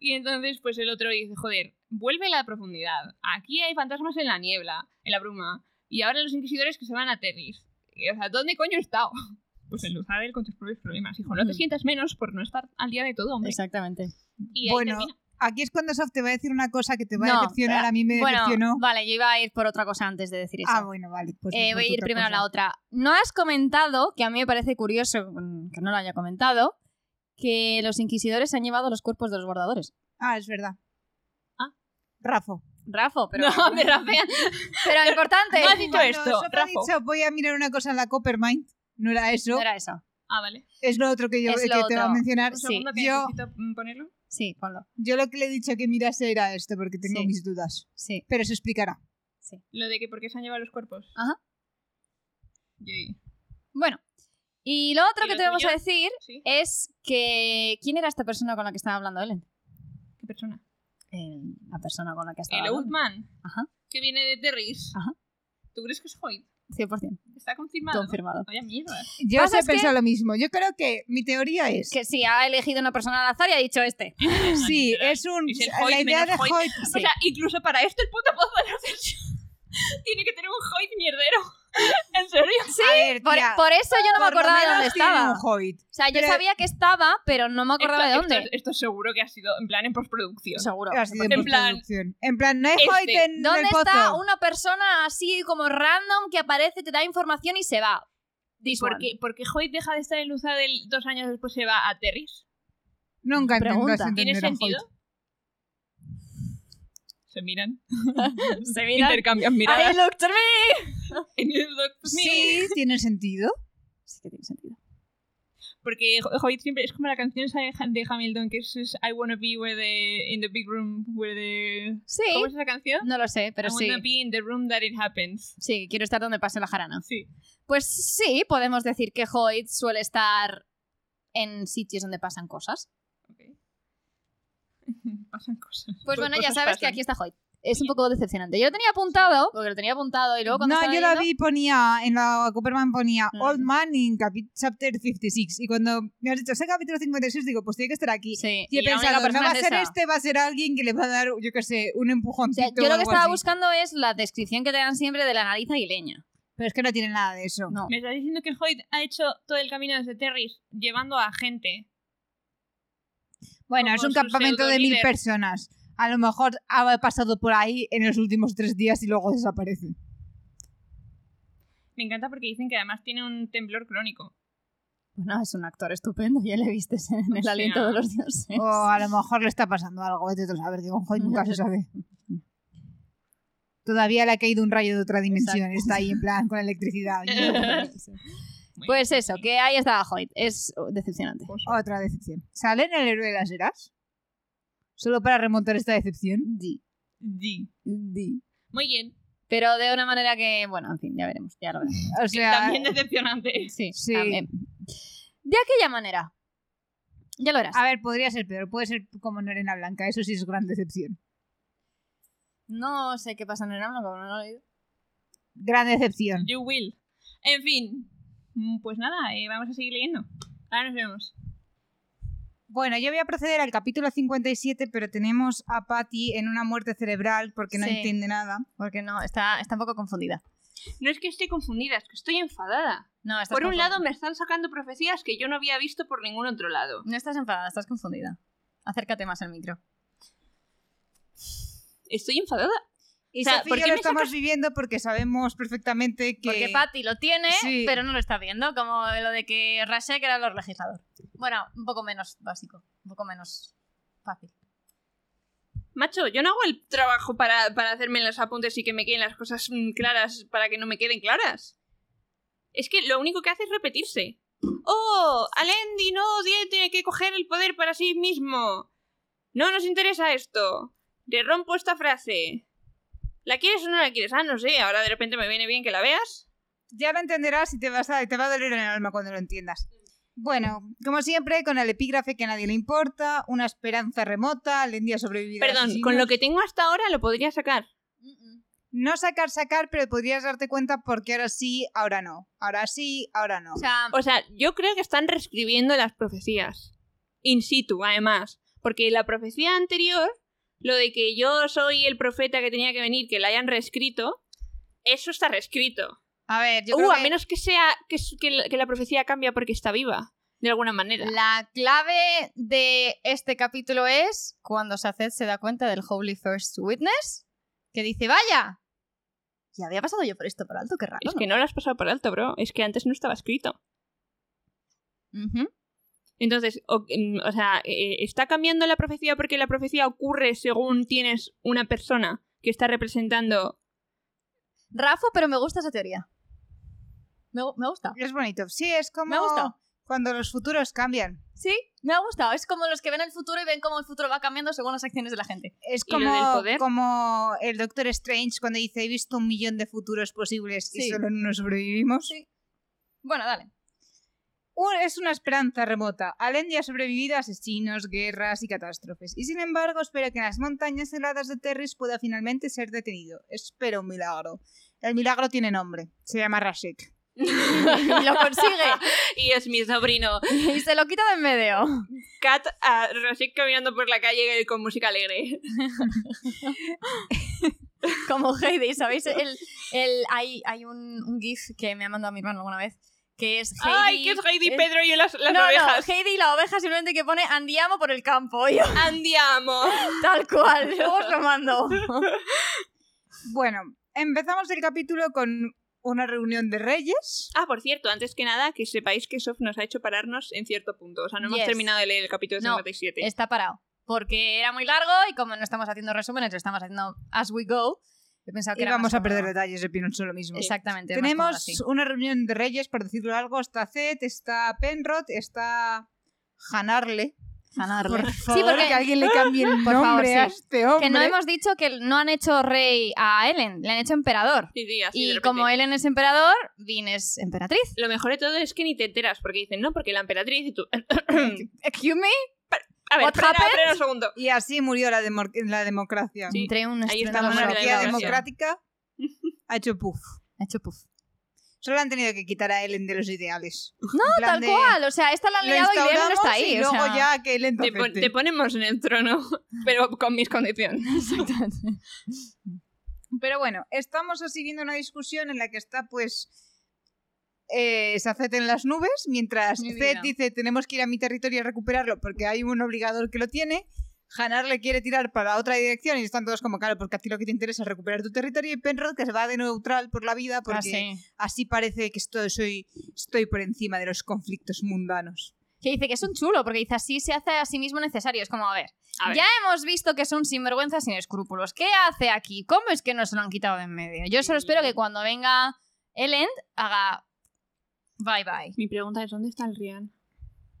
C: Y entonces pues el otro dice, joder, vuelve a la profundidad. Aquí hay fantasmas en la niebla, en la bruma. Y ahora los inquisidores que se van a Terris. Y, O sea, ¿dónde coño he estado? <laughs> Pues en Luzadel con tus propios problemas. Hijo, no te
B: Ujú.
C: sientas menos por no estar al día de todo, hombre.
B: Exactamente.
C: Y ahí
A: Bueno,
C: termina.
A: aquí es cuando Soft te va a decir una cosa que te va
B: No,
A: a decepcionar. A mí me
B: Bueno,
A: decepcionó.
B: vale, yo iba a ir por otra cosa antes de decir eso.
A: Ah, bueno, vale. Pues
B: Eh,
A: mejor
B: voy a
A: que
B: ir
A: otra
B: primero a la
A: cosa.
B: otra. No has comentado, que a mí me parece curioso mm, que no lo haya comentado, que los inquisidores se han llevado los cuerpos de los bordadores.
A: Ah, es verdad.
C: Ah.
A: Rafo.
B: Rafo, <laughs> pero,
C: No, me <laughs> rapean.
B: pero importante.
C: No has dicho esto,
A: Soft ha
C: Rafo.
A: dicho, voy a mirar una cosa en la Coppermind. No era eso.
B: No era eso.
C: Ah, vale.
A: Es lo otro que yo
B: Es
A: que
B: lo
A: te va a
B: otro.
A: mencionar.
C: Un
B: Sí,
C: segundo que
A: yo-
C: necesito mm, ponerlo.
B: Sí, ponlo.
A: Yo lo que le he dicho que mirase era esto, porque tengo
B: Sí.
A: mis dudas.
B: Sí.
A: Pero se explicará.
C: Lo de que por qué se han llevado los cuerpos.
B: Ajá.
C: Yay.
B: Bueno. Y lo otro
C: ¿Y
B: que
C: lo
B: te vamos
C: tuyo?
B: a decir
C: Sí.
B: es que. ¿Quién era esta persona con la que estaba hablando Ellen?
C: ¿Qué persona?
B: Eh, la persona con la que estaba
C: El Old
B: hablando.
C: Man.
B: Ajá.
C: Que viene de Terris.
B: Ajá.
C: ¿Tú crees que es Hoyt?
B: 100%.
C: Está confirmado. Ah, ¿no?
B: Confirmado.
C: Vaya mierda.
A: Yo os
B: Pasa
A: he
B: es que-
A: pensado lo mismo. Yo creo que mi teoría es.
B: Que sí, ha elegido una persona al azar y ha dicho este.
A: Sí,
C: Literal.
A: es un.
C: Es el
A: la
C: Hoyt
A: idea de
C: menos Hoyt.
A: Hoyt.
C: <laughs> O sea, incluso para esto el puto pozo de la ascensión <laughs> tiene que tener un Hoyt mierdero. <laughs> ¿En serio?
B: Sí,
A: A ver,
B: Por,
A: tía,
B: por eso yo no
A: por
B: me
A: lo
B: acordaba de
A: menos
B: dónde
A: tiene
B: estaba.
A: un Hobbit.
B: O sea, yo
A: Pero-
B: sabía que estaba, pero no me acordaba de
C: Esto-
B: dónde.
C: Esto, esto seguro que ha sido en plan en postproducción.
B: Seguro.
A: Ha sido
C: En
A: en
C: plan,
A: plan. En plan, no hay
C: este,
A: Hoyt en el
B: <laughs> ¿Dónde
A: pozo.
B: está una persona así como random que aparece, te da información y se va? This
C: ¿Por
B: one.
C: <laughs> qué, por qué Hoyt deja de estar en Luzadel dos años después se va a Terris?
A: Nunca intentas
B: Pregunta.
A: entender
C: ¿Tiene
A: a Hoyt.
C: sentido? Se miran.
B: Se miran.
C: Intercambian
B: I
C: miradas.
B: looked at me.
C: en el Doctor <laughs> Smith.
A: Sí, tiene sentido.
B: Sí que tiene sentido.
C: Porque Ho- Hoyt siempre es como la canción esa de, Han- de Hamilton que es, es I wanna be where the, in the big room where the...
B: Sí.
C: ¿Cómo es esa canción?
B: No lo sé, pero
C: I
B: sí.
C: wanna be in the room that it happens.
B: Sí, quiero estar donde pase la jarana.
C: Sí.
B: Pues sí, podemos decir que Hoyt suele estar en sitios donde pasan cosas.
C: Ok. <laughs> Pasan cosas.
B: Pues bueno, ya
C: cosas
B: sabes que
C: pasan.
B: aquí está Hoyt. Es un poco decepcionante. Yo lo tenía apuntado, porque lo tenía apuntado y luego cuando
A: No,
B: estaba
A: yo la
B: leyendo-
A: vi, ponía, en la Cooperman ponía
B: Mm.
A: Old Man in capi- Chapter 56. Y cuando me has dicho, ese capítulo 56, digo, pues tiene que estar aquí.
B: Sí,
A: Y he
B: la única
A: pensado, no
B: persona
A: va a
B: es
A: ser
B: esa.
A: este, va a ser alguien que le va a dar, yo qué sé, un
B: O sea,
A: empujoncito.
B: yo
A: o
B: lo que
A: algo
B: estaba
A: así.
B: buscando es la descripción que te dan siempre de la nariz aguileña.
A: Pero es que no tiene nada de eso.
B: No.
C: Me estás diciendo que Hoyt ha hecho todo el camino desde Terris llevando a gente.
A: Bueno,
C: Como
A: es un
C: su
A: campamento de mil
C: pseudolíder.
A: personas. a lo mejor ha pasado por ahí en los últimos tres días y luego
C: <laughs>
A: desaparece.
C: Me encanta porque dicen que además tiene un temblor crónico.
B: Bueno, es un actor estupendo, ya le viste en el
C: sea.
B: aliento de los dioses.
A: O
B: <laughs>
A: a lo mejor le está pasando algo, vete tú a saber, digo, joder, nunca se sabe. Todavía le ha caído un rayo de otra dimensión,
B: Exacto.
A: está ahí en plan con
C: <laughs>
A: electricidad.
B: Sí. Pues eso, que ahí estaba Hoyt. Es oh, decepcionante.
A: Otra decepción. ¿Sale en el héroe de las eras? Solo para remontar esta decepción.
B: Di,
C: Sí.
B: di.
C: Muy bien.
B: Pero de una manera que, bueno, en fin, ya veremos, ya lo veremos.
A: O sea,
C: También decepcionante.
B: Sí,
A: Sí.
B: también. De aquella manera. Ya lo verás.
A: a ver, podría ser peor, puede ser como en Arena Blanca, eso sí es gran decepción.
B: No sé qué pasa en el Blanco, no lo he oído.
A: Gran decepción.
C: You will. En fin. Mm, Pues nada, eh, vamos a seguir leyendo. Ahora nos vemos.
A: Bueno, yo voy a proceder al capítulo 57, pero tenemos a Patty en una muerte cerebral porque no
B: Sí.
A: entiende nada.
B: Porque no, está, está un poco confundida.
C: No es que esté confundida, es que estoy enfadada.
B: No, estás
C: Por un
B: confundida.
C: lado me están sacando profecías que yo no había visto por ningún otro lado.
B: No estás enfadada, estás confundida. Acércate más al micro.
C: Estoy enfadada.
A: Y
C: O sea,
A: Sofía
C: ¿por
A: y
C: qué
A: yo lo
C: me
A: estamos viviendo porque sabemos perfectamente que...
B: Porque Patty lo tiene,
A: Sí.
B: pero no lo está viendo, como lo de que Rashek era el legislador. Bueno, un poco menos básico, un poco menos fácil.
C: Macho, yo no hago el trabajo para, para hacerme los apuntes y que me queden las cosas mm, claras para que no me queden claras. Es que lo único que hace es repetirse. ¡Oh! Alendi no die- tiene que coger el poder para sí mismo. No nos interesa esto. Le rompo esta frase. ¿La quieres o no la quieres? Ah, no sé. Ahora de repente me viene bien que la veas.
A: Ya lo entenderás y te, vas a, te va a doler en el alma cuando lo entiendas. Bueno, como siempre, con el epígrafe que a nadie le importa, una esperanza remota, Lendy ha sobrevivido. a
C: Perdón,
A: asesinos.
C: con lo que tengo hasta ahora lo podría sacar.
A: No sacar, sacar, pero podrías darte cuenta porque ahora sí, ahora no. Ahora sí, ahora no.
B: O sea,
C: O sea, yo creo que están reescribiendo las profecías. In situ, además. Porque la profecía anterior, lo de que yo soy el profeta que tenía que venir, que la hayan reescrito, eso está reescrito.
A: A ver, yo creo
C: Uh, a
A: que
C: menos que sea que, s- que la, que la profecía cambia porque está viva, de alguna manera.
B: la clave de este capítulo es cuando Saced se da cuenta del Holy First Witness, que dice, vaya, ya había pasado yo por esto por alto, qué raro.
C: Es que no lo has pasado por alto, bro. Es que antes no estaba escrito.
B: ¿no?". Ujú.
C: Entonces, o, mm, o sea, eh, ¿está cambiando la profecía porque la profecía ocurre según tienes una persona que está representando?
B: Rafa, pero me gusta esa teoría. Me, gu- me gusta.
A: es bonito. Sí, es como
B: Me ha gustado.
A: cuando los futuros cambian.
B: Sí, me ha gustado. Es como los que ven el futuro y ven cómo el futuro va cambiando según las acciones de la gente.
A: Es
C: ¿Y lo
A: como,
C: del poder?
A: como el Doctor Strange cuando dice, he visto un millón de futuros posibles y
B: Sí.
A: solo en uno sobrevivimos.
B: Bueno,
C: <laughs>
B: dale.
A: Un- Es una esperanza remota. Alendia ha sobrevivido a asesinos, guerras y catástrofes. Y sin embargo, espera que en las montañas heladas de Terris pueda finalmente ser detenido. Espera un milagro. El milagro tiene nombre. Se llama Rashek.
B: Y lo consigue.
C: y es mi sobrino.
B: Y se lo quita de en medio.
C: Kat a Rashid caminando por la calle con música <laughs> alegre.
B: Como Heidi, ¿sabéis? El, el- hay hay un, un GIF que me ha mandado mi hermano alguna vez. Que es Heidi.
C: ¡Ay, que es Heidi,
B: es-
C: Pedro y las, las
B: no,
C: ovejas!
B: no, Heidi y la oveja simplemente que pone andiamo por el campo. Y yo,
C: ¡Andiamo!
B: tal cual. <laughs> Luego os lo mando.
A: Bueno, empezamos el capítulo con una reunión de reyes.
C: <laughs> Ah, por cierto, antes que nada, que sepáis que Sof nos ha hecho pararnos en cierto punto. O sea, no hemos
B: Yes.
C: terminado de leer el capítulo
B: No,
C: 57.
B: Está parado. Porque era muy largo y como no estamos haciendo resúmenes, lo estamos haciendo as we go. He pensado que
A: Y
B: era
A: vamos
B: más
A: a perder
B: cómodo.
A: detalles de Pinot solo mismo.
B: Exactamente. más cómodo
A: Tenemos
B: así.
A: una reunión de reyes, por decirlo algo. Está Zed, está Penrod, está Hanarle.
B: <laughs> ganarle.
A: Por favor,
B: Sí, porque
A: que alguien le cambie el
B: <laughs> Por
A: nombre
B: favor,
A: a
B: sí.
A: este hombre.
B: que no hemos dicho que no han hecho rey a Ellen, le han hecho emperador.
C: Sí,
A: Ah,
C: sí, así de
B: y
C: repente.
B: como Ellen es emperador, Vin es emperatriz.
C: Lo mejor de todo es que ni te enteras, porque dicen, no, porque la emperatriz y tú... <laughs>
B: Excuse me.
C: A ver,
B: What
C: espera,
B: happened?
C: espera un segundo.
A: Y así murió la, demor- la democracia.
C: Sí.
B: Entre un
C: Ahí
A: La
C: estamos
B: estruendo
C: en
A: monarquía
C: la
B: maravilloso. <laughs>
A: democrática ha hecho puff.
B: Ha hecho puff.
A: Solo han tenido que quitar a Ellen de los ideales.
B: No, tal cual. O sea, esta la han
A: Lo
B: liado y Ellen no
A: instauramos
B: está ahí.
A: y
B: o
A: luego
B: sea.
A: ya que Ellen
C: Te, pon-
A: afecte.
C: te ponemos en el trono, <laughs> pero con mis condiciones.
B: <laughs> Exactamente.
A: Pero bueno, estamos así viendo una discusión en la que está pues... Eh, Sacet en las nubes, mientras
B: Mi
A: Zed
B: vida.
A: dice tenemos que ir a mi territorio a recuperarlo porque hay un obligador que lo tiene. Hanar le quiere tirar para otra dirección y están todos como, claro, porque a ti lo que te interesa es recuperar tu territorio y Penrod que se va de neutral por la vida
B: ah,
A: porque así parece que estoy, soy, estoy por encima de los conflictos mundanos.
B: Que dice que es un chulo, porque dice así se hace a sí mismo necesario. Es como, a ver,
C: A ver.
B: ya hemos visto que es un sinvergüenza sin escrúpulos. ¿Qué hace aquí? ¿Cómo es que no se lo han quitado de en medio? Yo solo
C: Sí.
B: espero que cuando venga Elend haga bye bye.
C: Mi pregunta es, ¿dónde está el Rian?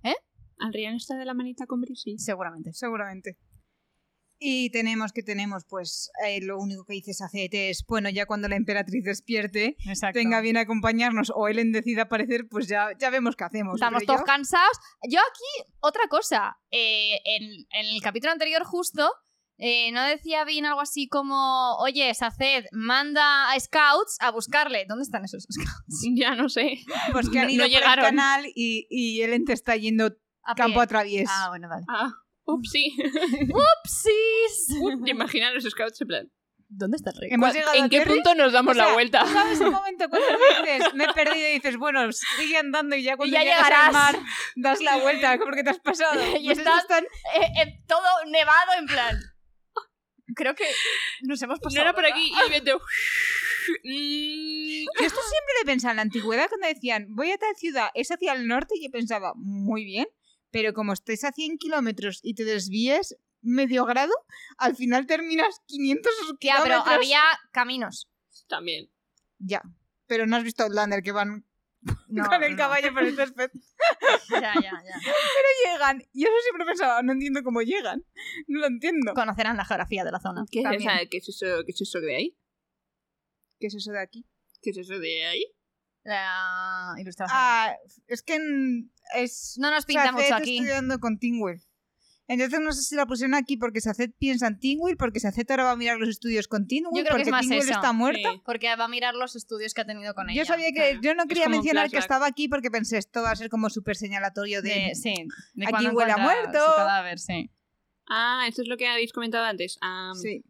B: ¿Eh?
C: ¿Al Rian está de la manita con Brisis?
B: Seguramente.
A: Seguramente. Y tenemos que tenemos, pues, eh, lo único que dice Sacete es, bueno, ya cuando la emperatriz despierte,
B: Exacto.
A: tenga bien acompañarnos o Ellen decida aparecer, pues ya, ya vemos qué hacemos.
B: Estamos
A: Pero
B: todos
A: yo-
B: cansados. Yo aquí, otra cosa. eh, en, en el capítulo anterior, justo, eh, ¿no decía bien algo así como: Oye, Saced, manda a scouts a buscarle? ¿Dónde están esos scouts?
C: Ya no sé.
A: Pues que han
C: No-
A: ido
C: no
A: por el
C: llegaron.
A: canal y, y Ellen te está yendo
B: A pie.
A: campo a través.
B: Ah, bueno, vale.
C: Ah,
A: <laughs>
C: upsi.
B: ¡Upsis!
C: Imagina los scouts en plan.
B: ¿Dónde está el rey?
A: Hemos llegado
C: ¿En
A: a
C: qué
A: Terry?
C: punto nos damos
A: O sea,
C: la
A: <laughs>
C: vuelta? <laughs>
A: ¿Sabes un momento cuando dices, me he perdido y dices, bueno, sigue andando y ya cuando
B: ya
A: llegas
B: llegarás.
A: al mar das la vuelta porque te has pasado.
B: Y
A: Pues estos
B: estás-
A: están
B: Eh, eh, todo nevado en plan. Creo que nos hemos pasado.
C: No era por
B: ¿verdad?
C: aquí y de repente, <laughs> mm,
A: Yo esto siempre lo he pensado en la antigüedad cuando decían, voy a tal ciudad, es hacia el norte, yo pensaba, muy bien, pero como estés a 100 kilómetros y te desvíes medio grado, al final terminas 500
B: Tía, pero
A: kilómetros.
B: había
A: <laughs>
B: caminos.
C: También.
A: Ya, pero no has visto Outlander que van
B: No,
A: <laughs> con el
B: no.
A: caballo por el césped.
B: <laughs> Ya, ya, ya.
A: llegan, y eso siempre pensaba, no entiendo cómo llegan, no lo entiendo.
B: Conocerán la geografía de la zona.
C: ¿Qué,
A: También.
C: o sea, ¿qué es eso, ¿Qué es eso de ahí?
A: ¿Qué es eso de aquí?
C: ¿Qué es eso de ahí?
B: La ilustración.
A: Ah, es que en- es
B: no nos pinta
A: Saced
B: mucho aquí.
A: estudiando con Tingwell. Entonces no sé si la pusieron aquí porque Saced piensa en Tingwell, porque Saced ahora va a mirar los estudios con Tingwell,
B: Yo creo que
A: porque
B: es más
A: Tingwell
B: eso.
A: está muerta.
C: Sí.
B: Porque va a mirar los estudios que ha tenido con ella.
A: Yo sabía que
C: claro.
A: yo no
C: Es
A: quería
C: como un
A: mencionar que
C: flashback.
A: estaba aquí porque pensé esto va a ser como súper señalatorio de,
B: De, sí, de
A: Aquí
B: cuando
A: huele a
B: encuentra
A: muerto.
B: Su cadáver, sí.
C: Ah, esto es lo que habéis comentado antes. Ah,
A: sí.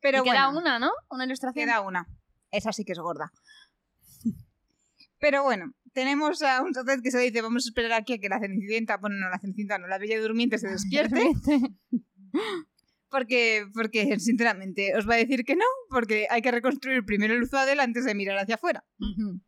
B: Pero
A: Pero
B: queda
A: bueno,
B: una, ¿no? Una ilustración.
A: queda una. Esa sí que es gorda. Pero bueno, tenemos a un Saced que se dice, vamos a esperar aquí a que la Cenicienta, bueno, no la Cenicienta, no, la Bella
B: <laughs>
A: Durmiente se despierte. Porque, porque, sinceramente, os va a decir que no, porque hay que reconstruir primero el Uzuadel antes de mirar hacia afuera.
B: Ujú.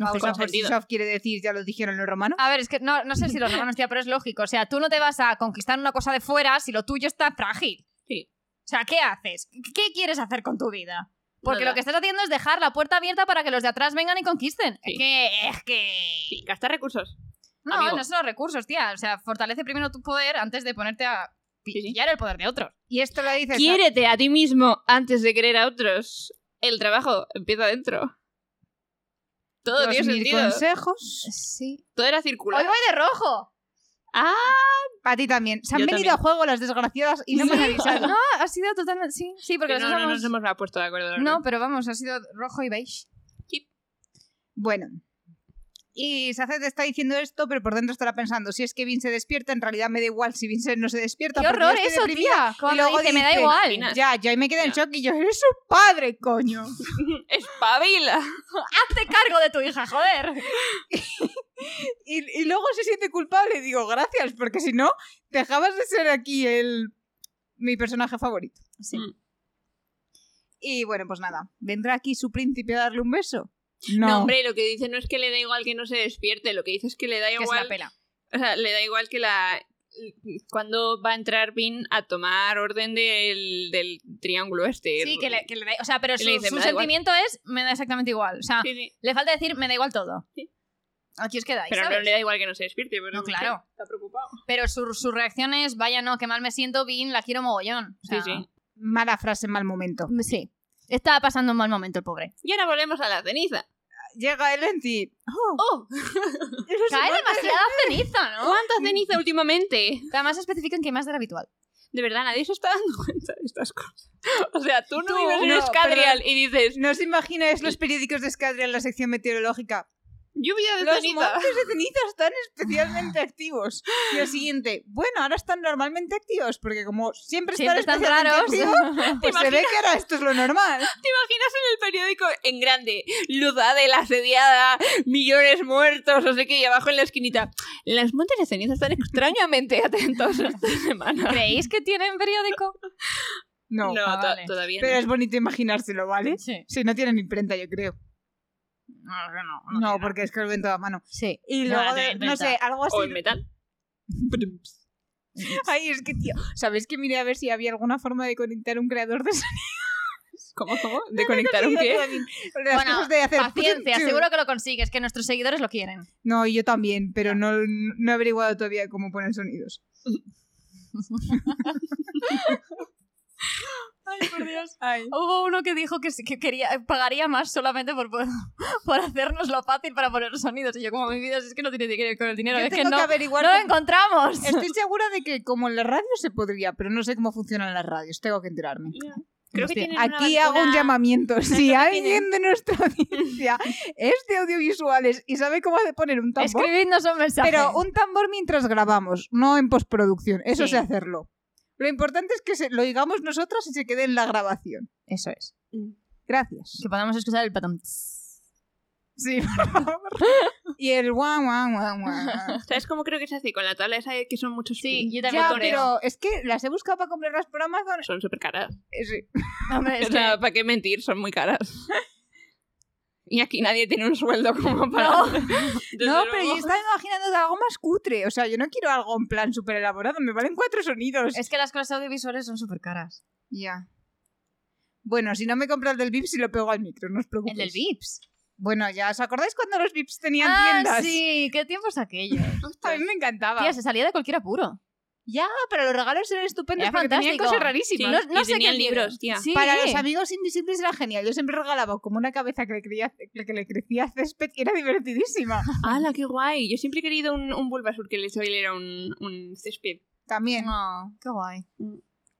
A: Vamos
C: tiene
A: a ver si
C: sentido.
A: Sof quiere decir, ya lo dijeron los romanos.
B: A ver, es que no, no sé si los romanos, tía, pero es lógico. O sea, tú no te vas a conquistar una cosa de fuera si lo tuyo está frágil.
C: Sí.
B: O sea, ¿qué haces? ¿Qué quieres hacer con tu vida? Porque
C: Nada.
B: lo que estás haciendo es dejar la puerta abierta para que los de atrás vengan y conquisten.
C: Sí.
B: Es que. Es que.
C: sí, gastar recursos.
B: No,
C: Amigo.
B: no son los recursos, tía. O sea, fortalece primero tu poder antes de ponerte a
C: Sí, sí.
B: pillar el poder de otros.
A: Y esto lo dice
C: Quiérete a ti mismo antes de querer a otros. El trabajo empieza adentro. Todo
A: Sof, los
C: tiene
A: mil
C: sentido.
A: consejos.
B: Sí.
C: Todo era
B: Hoy
C: circular.
B: voy de rojo.
C: Ah,
A: A ti también. Se han
C: Yo
A: venido
C: también.
A: a juego las desgraciadas y no
B: Sí.
A: me han
B: <laughs>
A: avisado.
B: No, ha sido totalmente. Sí, sí, porque
C: que no,
B: nosotros
C: no
B: hemos-
C: nos hemos la puesto de acuerdo. la
B: No,
C: verdad.
B: pero vamos, ha sido rojo y beige.
A: Bueno. Y Saced está diciendo esto, pero por dentro estará pensando, si es que Vin se despierta, en realidad me da igual si Vin se- no se despierta.
B: ¡Qué
A: porque yo
B: horror
A: estoy
B: eso,
A: deprimida.
B: tía! Cuando
A: luego
B: dice, me da
A: dice,
B: igual.
C: "Imagina".
A: Ya, yo ahí me quedé en
C: Ya.
A: shock y yo, eres su padre, coño.
C: <laughs> ¡Espabila!
B: ¡Hazte cargo de tu hija, joder! <laughs>
A: Y, y luego se siente culpable y digo, gracias, porque si no, dejabas de ser aquí el mi personaje favorito.
B: Sí.
C: Mm.
A: Y bueno, pues nada, ¿vendrá aquí su príncipe a darle un beso? No,
C: No. hombre, lo que dice no es que le da igual que no se despierte, lo que dice es que le da
B: Que es la
C: igual.
B: pela.
C: O sea, le da igual que la. Cuando va a entrar Vin a tomar orden del, del triángulo este.
B: Sí, que le, que le da... O sea, pero
C: Y
B: su,
C: le dice,
B: su
C: "Me da igual".
B: sentimiento es, me da exactamente igual. O sea,
C: Sí, sí.
B: le falta decir, me da igual todo.
C: Sí.
B: Aquí os quedáis,
C: Pero
B: ¿sabes?
C: no le da igual que no se despierte. pero
B: No,
C: es que
B: claro.
C: Está preocupado.
B: Pero su, su reacción es, vaya no, que mal me siento, Vin, la quiero mogollón. O
C: Sí,
B: sea,
C: sí.
A: mala frase, mal momento.
B: Sí. Estaba pasando un mal momento el pobre.
C: Y ahora volvemos a la ceniza.
A: Llega Ellen y... Oh,
C: ¡Oh!
A: eres
B: Cae
A: un padre.
B: demasiada ceniza,
C: <laughs>
B: ¿no?
C: ¿Cuánta ceniza últimamente?
B: Además especifican que más de lo habitual.
C: De verdad, nadie se está dando cuenta de estas cosas. O sea, tú no
A: Tú,
C: vives en
A: no,
C: Escadrial y dices,
A: ¿No os imagináis los periódicos de Escadria en la sección meteorológica?
C: lluvia de
A: Los
C: ceniza.
A: montes de ceniza están especialmente activos. Y lo siguiente, bueno, ahora están normalmente activos, porque como siempre,
B: Siempre
A: están
B: están
A: especialmente
B: raros.
A: activos, Pues se ve que ahora esto es lo normal.
C: ¿Te imaginas en el periódico en grande? Luzadel asediada, millones muertos, no sé qué, y abajo en la esquinita. Las montes de ceniza están extrañamente <laughs> atentos esta
B: <laughs>
C: semana.
B: ¿Creéis que tienen periódico?
A: No,
C: No,
B: Ah,
C: to-
B: vale.
C: todavía
A: pero
C: no.
A: es bonito imaginárselo, ¿vale?
B: Sí.
A: Si no tienen imprenta, yo creo.
B: No,
A: No, porque es que lo ven toda mano.
B: Sí.
A: Y
B: No,
A: luego,
B: la
A: de-
B: tienen
A: no sé,
B: imprenta.
A: algo así.
C: O en metal.
A: <laughs> Ay, es que, tío, ¿sabéis que miré a ver si había alguna forma de conectar un
B: <laughs>
A: creador de sonido?
C: ¿Cómo, cómo? ¿De conectar un
A: Yo
C: qué?
A: también. Las
B: Bueno,
A: cosas de hacer- <laughs>
B: Paciencia, seguro que lo consigues, que nuestros seguidores lo quieren.
A: No, y yo también, pero no, no he averiguado todavía cómo poner sonidos.
B: Ay, por Dios. Hubo uno que dijo que, sí- que quería, pagaría más solamente por, <laughs> por, por hacernos lo fácil para poner sonidos. Y yo, como mi vida es que no tiene que ver con el dinero,
A: Yo
B: es que
A: tengo
B: no,
A: que
B: no
A: averiguar
B: lo
A: cómo-
B: encontramos. <laughs>
A: Estoy segura de que como en la radio se podría, pero no sé cómo funcionan las radios, tengo que enterarme.
C: Creo que
B: Hostia,
C: tienen una
A: Aquí hago un
C: vacuna-
A: llamamiento. Si
C: pequeña.
A: alguien de nuestra audiencia es de audiovisuales y sabe cómo hace poner un tambor,
B: Escribidnos un mensaje.
A: pero un tambor mientras grabamos, no en postproducción, eso
B: Sí.
A: sé hacerlo. Lo importante es que se- lo digamos nosotras y se quede en la grabación.
B: Eso es.
A: Gracias.
B: Que podamos escuchar el patam.
A: <laughs> Sí, por favor. Y el guau, guau, guau,
C: <laughs>
A: guau.
C: ¿Sabes cómo creo que se hace? Con la tabla esa que son muchos
B: Sí, yo también
A: Ya,
B: lo <laughs> creo.
A: pero es que las he buscado para comprarlas por Amazon.
C: <laughs> Son súper caras.
A: Eh, sí.
B: Hombre, es
C: O sea,
B: que-
C: ¿para qué mentir? Son muy caras. <laughs> Y aquí nadie tiene un sueldo como para...
B: No.
C: Desde
A: No, pero yo
C: luego.
A: estaba imaginando algo más cutre. O sea, yo no quiero algo en plan súper elaborado. Me valen cuatro sonidos.
B: <laughs> es que las cosas audiovisuales son súper caras.
A: Ya. Bueno, si no me compro el del Vips y lo pego al micro, no os preocupéis.
B: El del Vips.
A: Bueno, ya, ¿os acordáis cuando los Vips tenían
B: Ah,
A: tiendas?
B: sí, qué
A: <laughs>
B: tiempos aquellos.
C: <laughs>
A: A mí me encantaba.
B: Tía, se salía de cualquier apuro.
A: Ya, pero los regalos eran estupendos
B: Era
A: porque tenían
B: fantástico.
A: cosas
C: Sí,
A: rarísimas.
B: No- no
C: y
B: sé qué
C: tenían
B: tiene.
C: libros, tía.
B: Sí.
A: Para los amigos invisibles era genial. Yo siempre regalaba como una cabeza que le, creía- que le crecía césped y era divertidísima.
C: ¡Hala, qué guay! Yo siempre he querido un, un Bulbasur que le era un, un césped.
A: <laughs> También,
B: No, qué guay.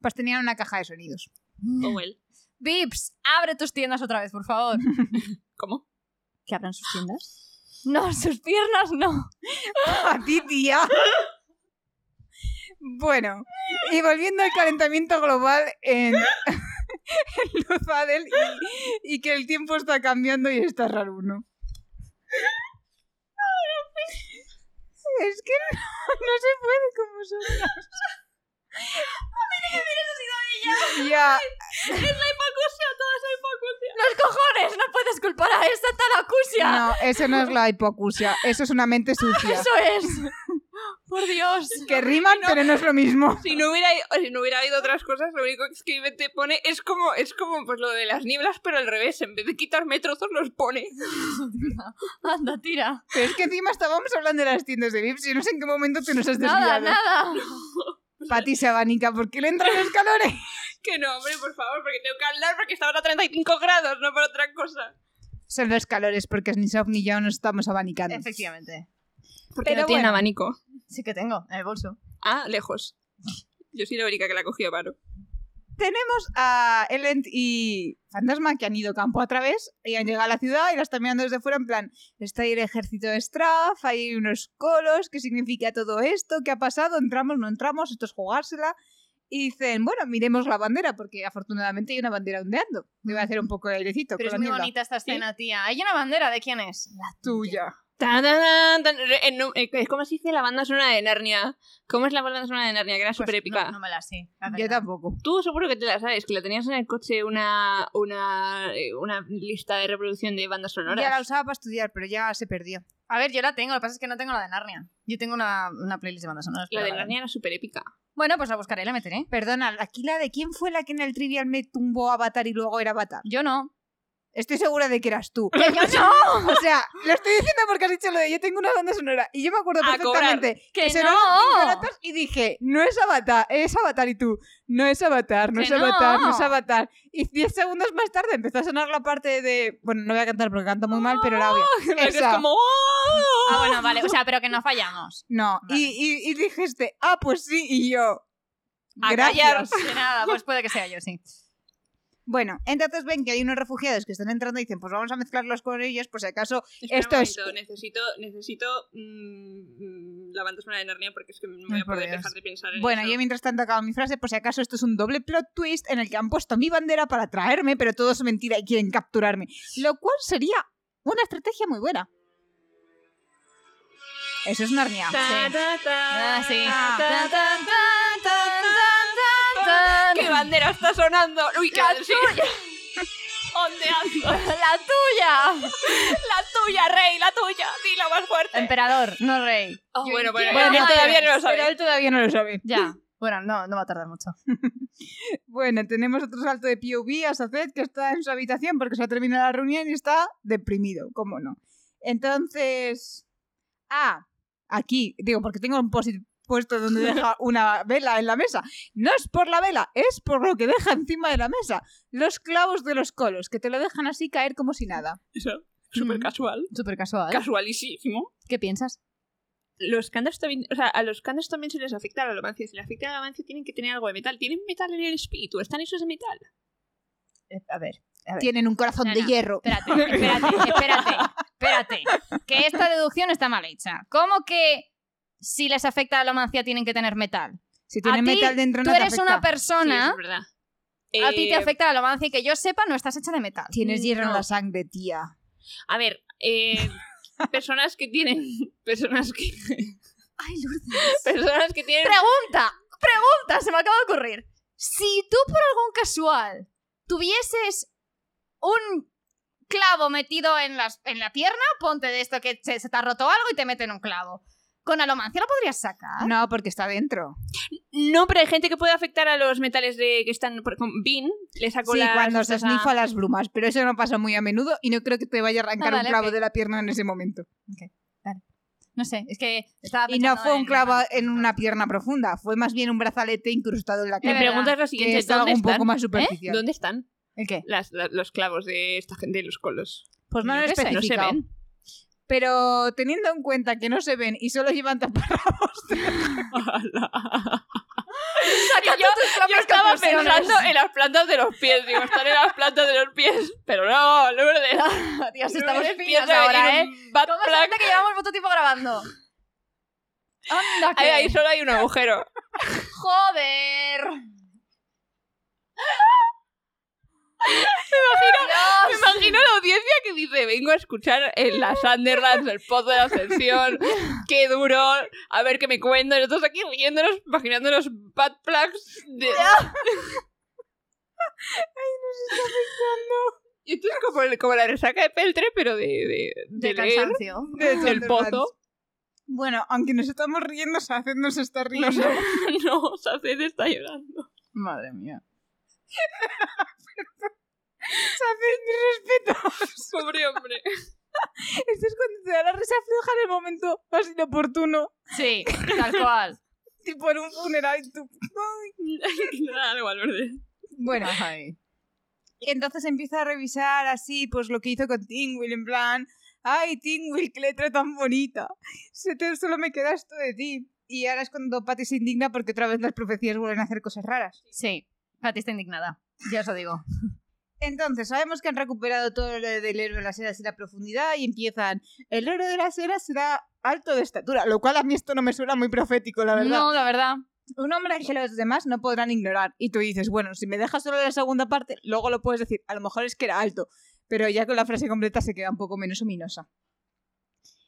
A: pues tenían una caja de sonidos.
C: O él.
B: Vips, abre tus tiendas otra vez, por favor.
C: ¿Cómo?
B: ¿Que abran sus tiendas? No, sus piernas <laughs> no.
A: <laughs> A ti, tía. Bueno, y volviendo al calentamiento global en, <laughs> en Luz Adel y, y que el tiempo está cambiando y está raro uno. Es que no, no se puede como son. Ya,
B: ¡Los cojones! ¡No puedes culpar a esta talacusia!
A: no, eso no es la hipocusia, eso es una mente sucia.
B: ¡Eso <laughs> es! ¡Por <laughs> Dios!
A: Que riman, pero no es lo mismo.
C: Si no hubiera, si no hubiera habido otras cosas, lo único que es que te pone es como, es como pues, lo de las nieblas, pero al revés. En vez de quitarme trozos, los pone. <laughs>
B: Anda, tira.
A: Pero es que encima estábamos hablando de las tiendas de VIPs y no sé en qué momento te nos has
B: Nada,
A: desviado.
B: nada.
A: Pati se abanica porque le entran los calores.
B: <laughs>
C: Que no, hombre, por favor, porque tengo que hablar porque estaban a 35 grados, no por otra cosa.
A: Son los calores porque ni Sof ni yo nos estamos abanicando.
B: Efectivamente.
C: Porque
A: Pero
C: no tienen
A: bueno.
C: abanico.
B: Sí que tengo, en el bolso.
C: Ah, lejos. Yo soy la única que la cogió paro.
A: Tenemos a Ellen y Fantasma que han ido campo a través y han llegado a la ciudad y la están mirando desde fuera en plan, está ahí el ejército de Straff, hay unos colos, ¿qué significa todo esto? ¿Qué ha pasado? ¿Entramos? ¿No entramos? Esto es jugársela. Y dicen, bueno, miremos la bandera porque afortunadamente hay una bandera ondeando. Debe hacer un poco de airecito.
B: Pero
A: con
B: es
A: la
B: muy
A: niebla.
B: bonita esta escena, tía. Hay una bandera, ¿de quién es? La
A: Tuya.
C: Tan, tan, tan, tan. Eh, no, eh, ¿Cómo se dice la banda sonora de Narnia? ¿Cómo es la banda sonora de Narnia? Que
B: Pues
C: era súper épica.
B: No, no me la sé. la
A: Yo
B: verdad.
A: tampoco.
C: Tú seguro que te la sabes, que la tenías en el coche una, una, eh, una lista de reproducción de bandas sonoras.
A: Ya la usaba para estudiar, pero ya se perdió.
B: A ver, yo la tengo, lo que pasa es que no tengo la de Narnia. Yo tengo una, una playlist de bandas sonoras.
C: La
B: pero
C: de
B: la-
C: Narnia era súper épica.
B: Bueno, pues la buscaré y la meteré.
A: Perdona, aquí la de quién fue la que en el trivial me tumbó Avatar y luego era Avatar.
B: Yo no.
A: Estoy segura de que eras tú.
B: <laughs> ¡Que yo no!
A: O sea, lo estoy diciendo porque has dicho lo de yo tengo una banda sonora y yo me acuerdo
C: A cobrar.
A: perfectamente
B: ¡Que
A: se
B: no!
A: ratas y dije, no es Avatar, es Avatar y tú, no es Avatar, no
B: ¡Que
A: es Avatar, no.
B: no!
A: es Avatar. Y 10 segundos más tarde empezó a sonar la parte de, bueno, no voy a cantar porque canto muy mal, pero la
B: <laughs>
A: audio.
C: No, que
A: Esa.
C: Es como... ¡oh!
B: Ah, bueno, vale. O sea, pero que no fallamos.
A: No,
B: Vale.
A: y, y, y dijiste, ah, pues sí, y yo.
C: A
A: Gracias.
B: De nada, pues puede que sea yo, sí.
A: Bueno, entonces ven que hay unos refugiados que están entrando y dicen, pues vamos a mezclarlos con ellos, por si acaso
C: Espera
A: Esto
C: un
A: es-
C: momento, Necesito, necesito mm, mm, la banda sonora de Narnia porque es que no voy
A: Ay,
C: a
A: por
C: poder
A: Dios.
C: dejar de pensar en
A: Bueno,
C: eso.
A: yo mientras tanto acabo mi frase, por si acaso esto es un doble plot twist en el que han puesto mi bandera para traerme, pero todo es mentira y quieren capturarme. Lo cual sería una estrategia muy buena. Eso es Narnia.
C: Ta, ta, ta,
B: Ah, sí.
C: ta, ta, ta, ¿Qué
B: ¡Qué
C: bandera está sonando? Uy, qué
B: ¡La
C: sí.
B: tuya!
C: <laughs> Ondeando.
B: ¡La tuya!
C: La tuya, rey, la tuya. Dilo más fuerte.
B: Emperador, no rey.
C: Oh, bueno, bueno,
B: Bueno,
C: él
B: no,
C: todavía no lo
A: Pero
C: sabe.
A: él todavía no lo sabe.
B: Ya. Bueno, no, no va a tardar mucho.
A: Bueno, tenemos otro salto de POV a Safed que está en su habitación porque se ha terminado la reunión y está deprimido, cómo no. Entonces. Ah, aquí, digo, porque tengo un post puesto
B: <laughs>
A: donde deja una vela en la mesa. No es por la vela, es por lo que deja encima de la mesa. Los clavos de los colos, que te lo dejan así caer como si nada.
C: Eso, súper
B: Mm.
C: casual.
B: Súper casual.
C: Casualísimo.
B: ¿Qué piensas?
C: Los candas también, o sea, a los candas también se les afecta la alomancia. Si les afecta la alomancia, tienen que tener algo de metal. Tienen metal en el espíritu, están hechos de metal.
A: Eh,
B: a ver. A ver.
A: Tienen un corazón
B: No,
A: de
B: no.
A: hierro.
B: Espérate, espérate, espérate, espérate. Que esta deducción está mal hecha. ¿Cómo que si les afecta la alomancia tienen que tener metal?
A: Si tienen
B: a ti,
A: metal dentro,
B: tú
A: no te
B: eres
A: afecta.
B: una persona,
C: verdad. Eh,
B: a ti te afecta la alomancia y que yo sepa no estás hecha de metal.
A: Tienes hierro en
C: No.
A: la sangre, tía.
C: A ver, <laughs> eh, personas que tienen. Personas que. <laughs>
B: Ay, Lourdes.
C: Personas que tienen.
B: Pregunta, pregunta, se me acaba de ocurrir. Si tú por algún casual tuvieses un clavo metido en, las- en la pierna, ponte de esto que se, se te ha roto algo y te meten un clavo. Con alomancia lo podrías sacar.
A: No, porque está dentro.
C: No, pero hay gente que puede afectar a los metales de que están por- con Bin. Le sacó
A: Sí,
C: las
A: cuando se
C: cosas a-
A: snifa las brumas, pero eso no pasa muy a menudo y no creo que te vaya a arrancar
B: Ah, vale,
A: un clavo
B: ok.
A: de la pierna en ese momento.
B: No sé, es que
C: Ah,
B: estaba
A: Y no
B: pensando
A: fue un
B: en-
A: clavo en una pierna profunda, fue más bien un brazalete incrustado en la
C: Me
B: verdad.
A: cara,
C: preguntas lo
A: que
C: siguiente:
A: es algo
C: ¿dónde
A: un
C: están? ¿Eh?
A: poco más superficial.
C: ¿Dónde están
B: ¿El qué?
C: las- la- los clavos de esta gente, de los colos?
A: Pues no
B: Yo
A: lo he
B: qué sé,
C: No se
A: especificado.
C: ven.
A: Pero teniendo en cuenta que no se ven y solo llevan taparrabos,
C: Saca yo, yo estaba pensando en las plantas de los pies, digo, están en las plantas de los pies, pero no, Lourdes.
B: Dios,
C: Lourdes
B: estamos finos
C: piensa
B: ahora,
C: en
B: ¿eh?
C: un bad
B: ¿Cómo se
C: plan.
B: nota que llevamos mucho tiempo grabando? ¡Anda,
C: Ahí,
B: que-
C: ahí solo hay un
B: <laughs>
C: agujero.
B: ¡Joder!
C: Me
B: ¡Dios!
C: imagino la audiencia que dice, vengo a escuchar en las Underlands, el pozo de la ascensión, qué duro, a ver qué me cuentan, nosotros aquí riéndonos, imaginando los bad plugs
B: <laughs>
C: de... Y esto es como, el- como la resaca de Peltre, pero de, de, de
B: De
C: leer,
B: cansancio.
C: <laughs> del pozo.
A: Bueno, aunque nos estamos riendo, Saced nos está riendo.
C: No, sé, <laughs> no, Saced está llorando.
A: Madre mía. <laughs> Saced, mis respetos.
C: Pobre <laughs> hombre.
A: Esto es cuando te da la risa floja en el momento más inoportuno.
B: Sí, tal cual.
A: Tipo en un funeral y tú...
C: Nada, igual, verde.
A: Bueno, Y entonces empieza a revisar así, pues lo que hizo con Tingwill, en plan, ay, Tingwill, qué letra tan bonita. Se te- solo me queda esto de ti. Y ahora es cuando Patty se indigna porque otra vez las profecías vuelven a hacer cosas raras.
B: Sí, Pati está indignada. Ya os lo digo.
A: Entonces, sabemos que han recuperado todo lo del héroe de las eras y la profundidad y empiezan, el héroe de las eras será alto de estatura, lo cual a mí esto no me suena muy profético, la verdad.
B: No, la verdad.
A: Un hombre al que los demás no podrán ignorar. Y tú dices, bueno, si me dejas solo la segunda parte, luego lo puedes decir. A lo mejor es que era alto. Pero ya con la frase completa se queda un poco menos ominosa.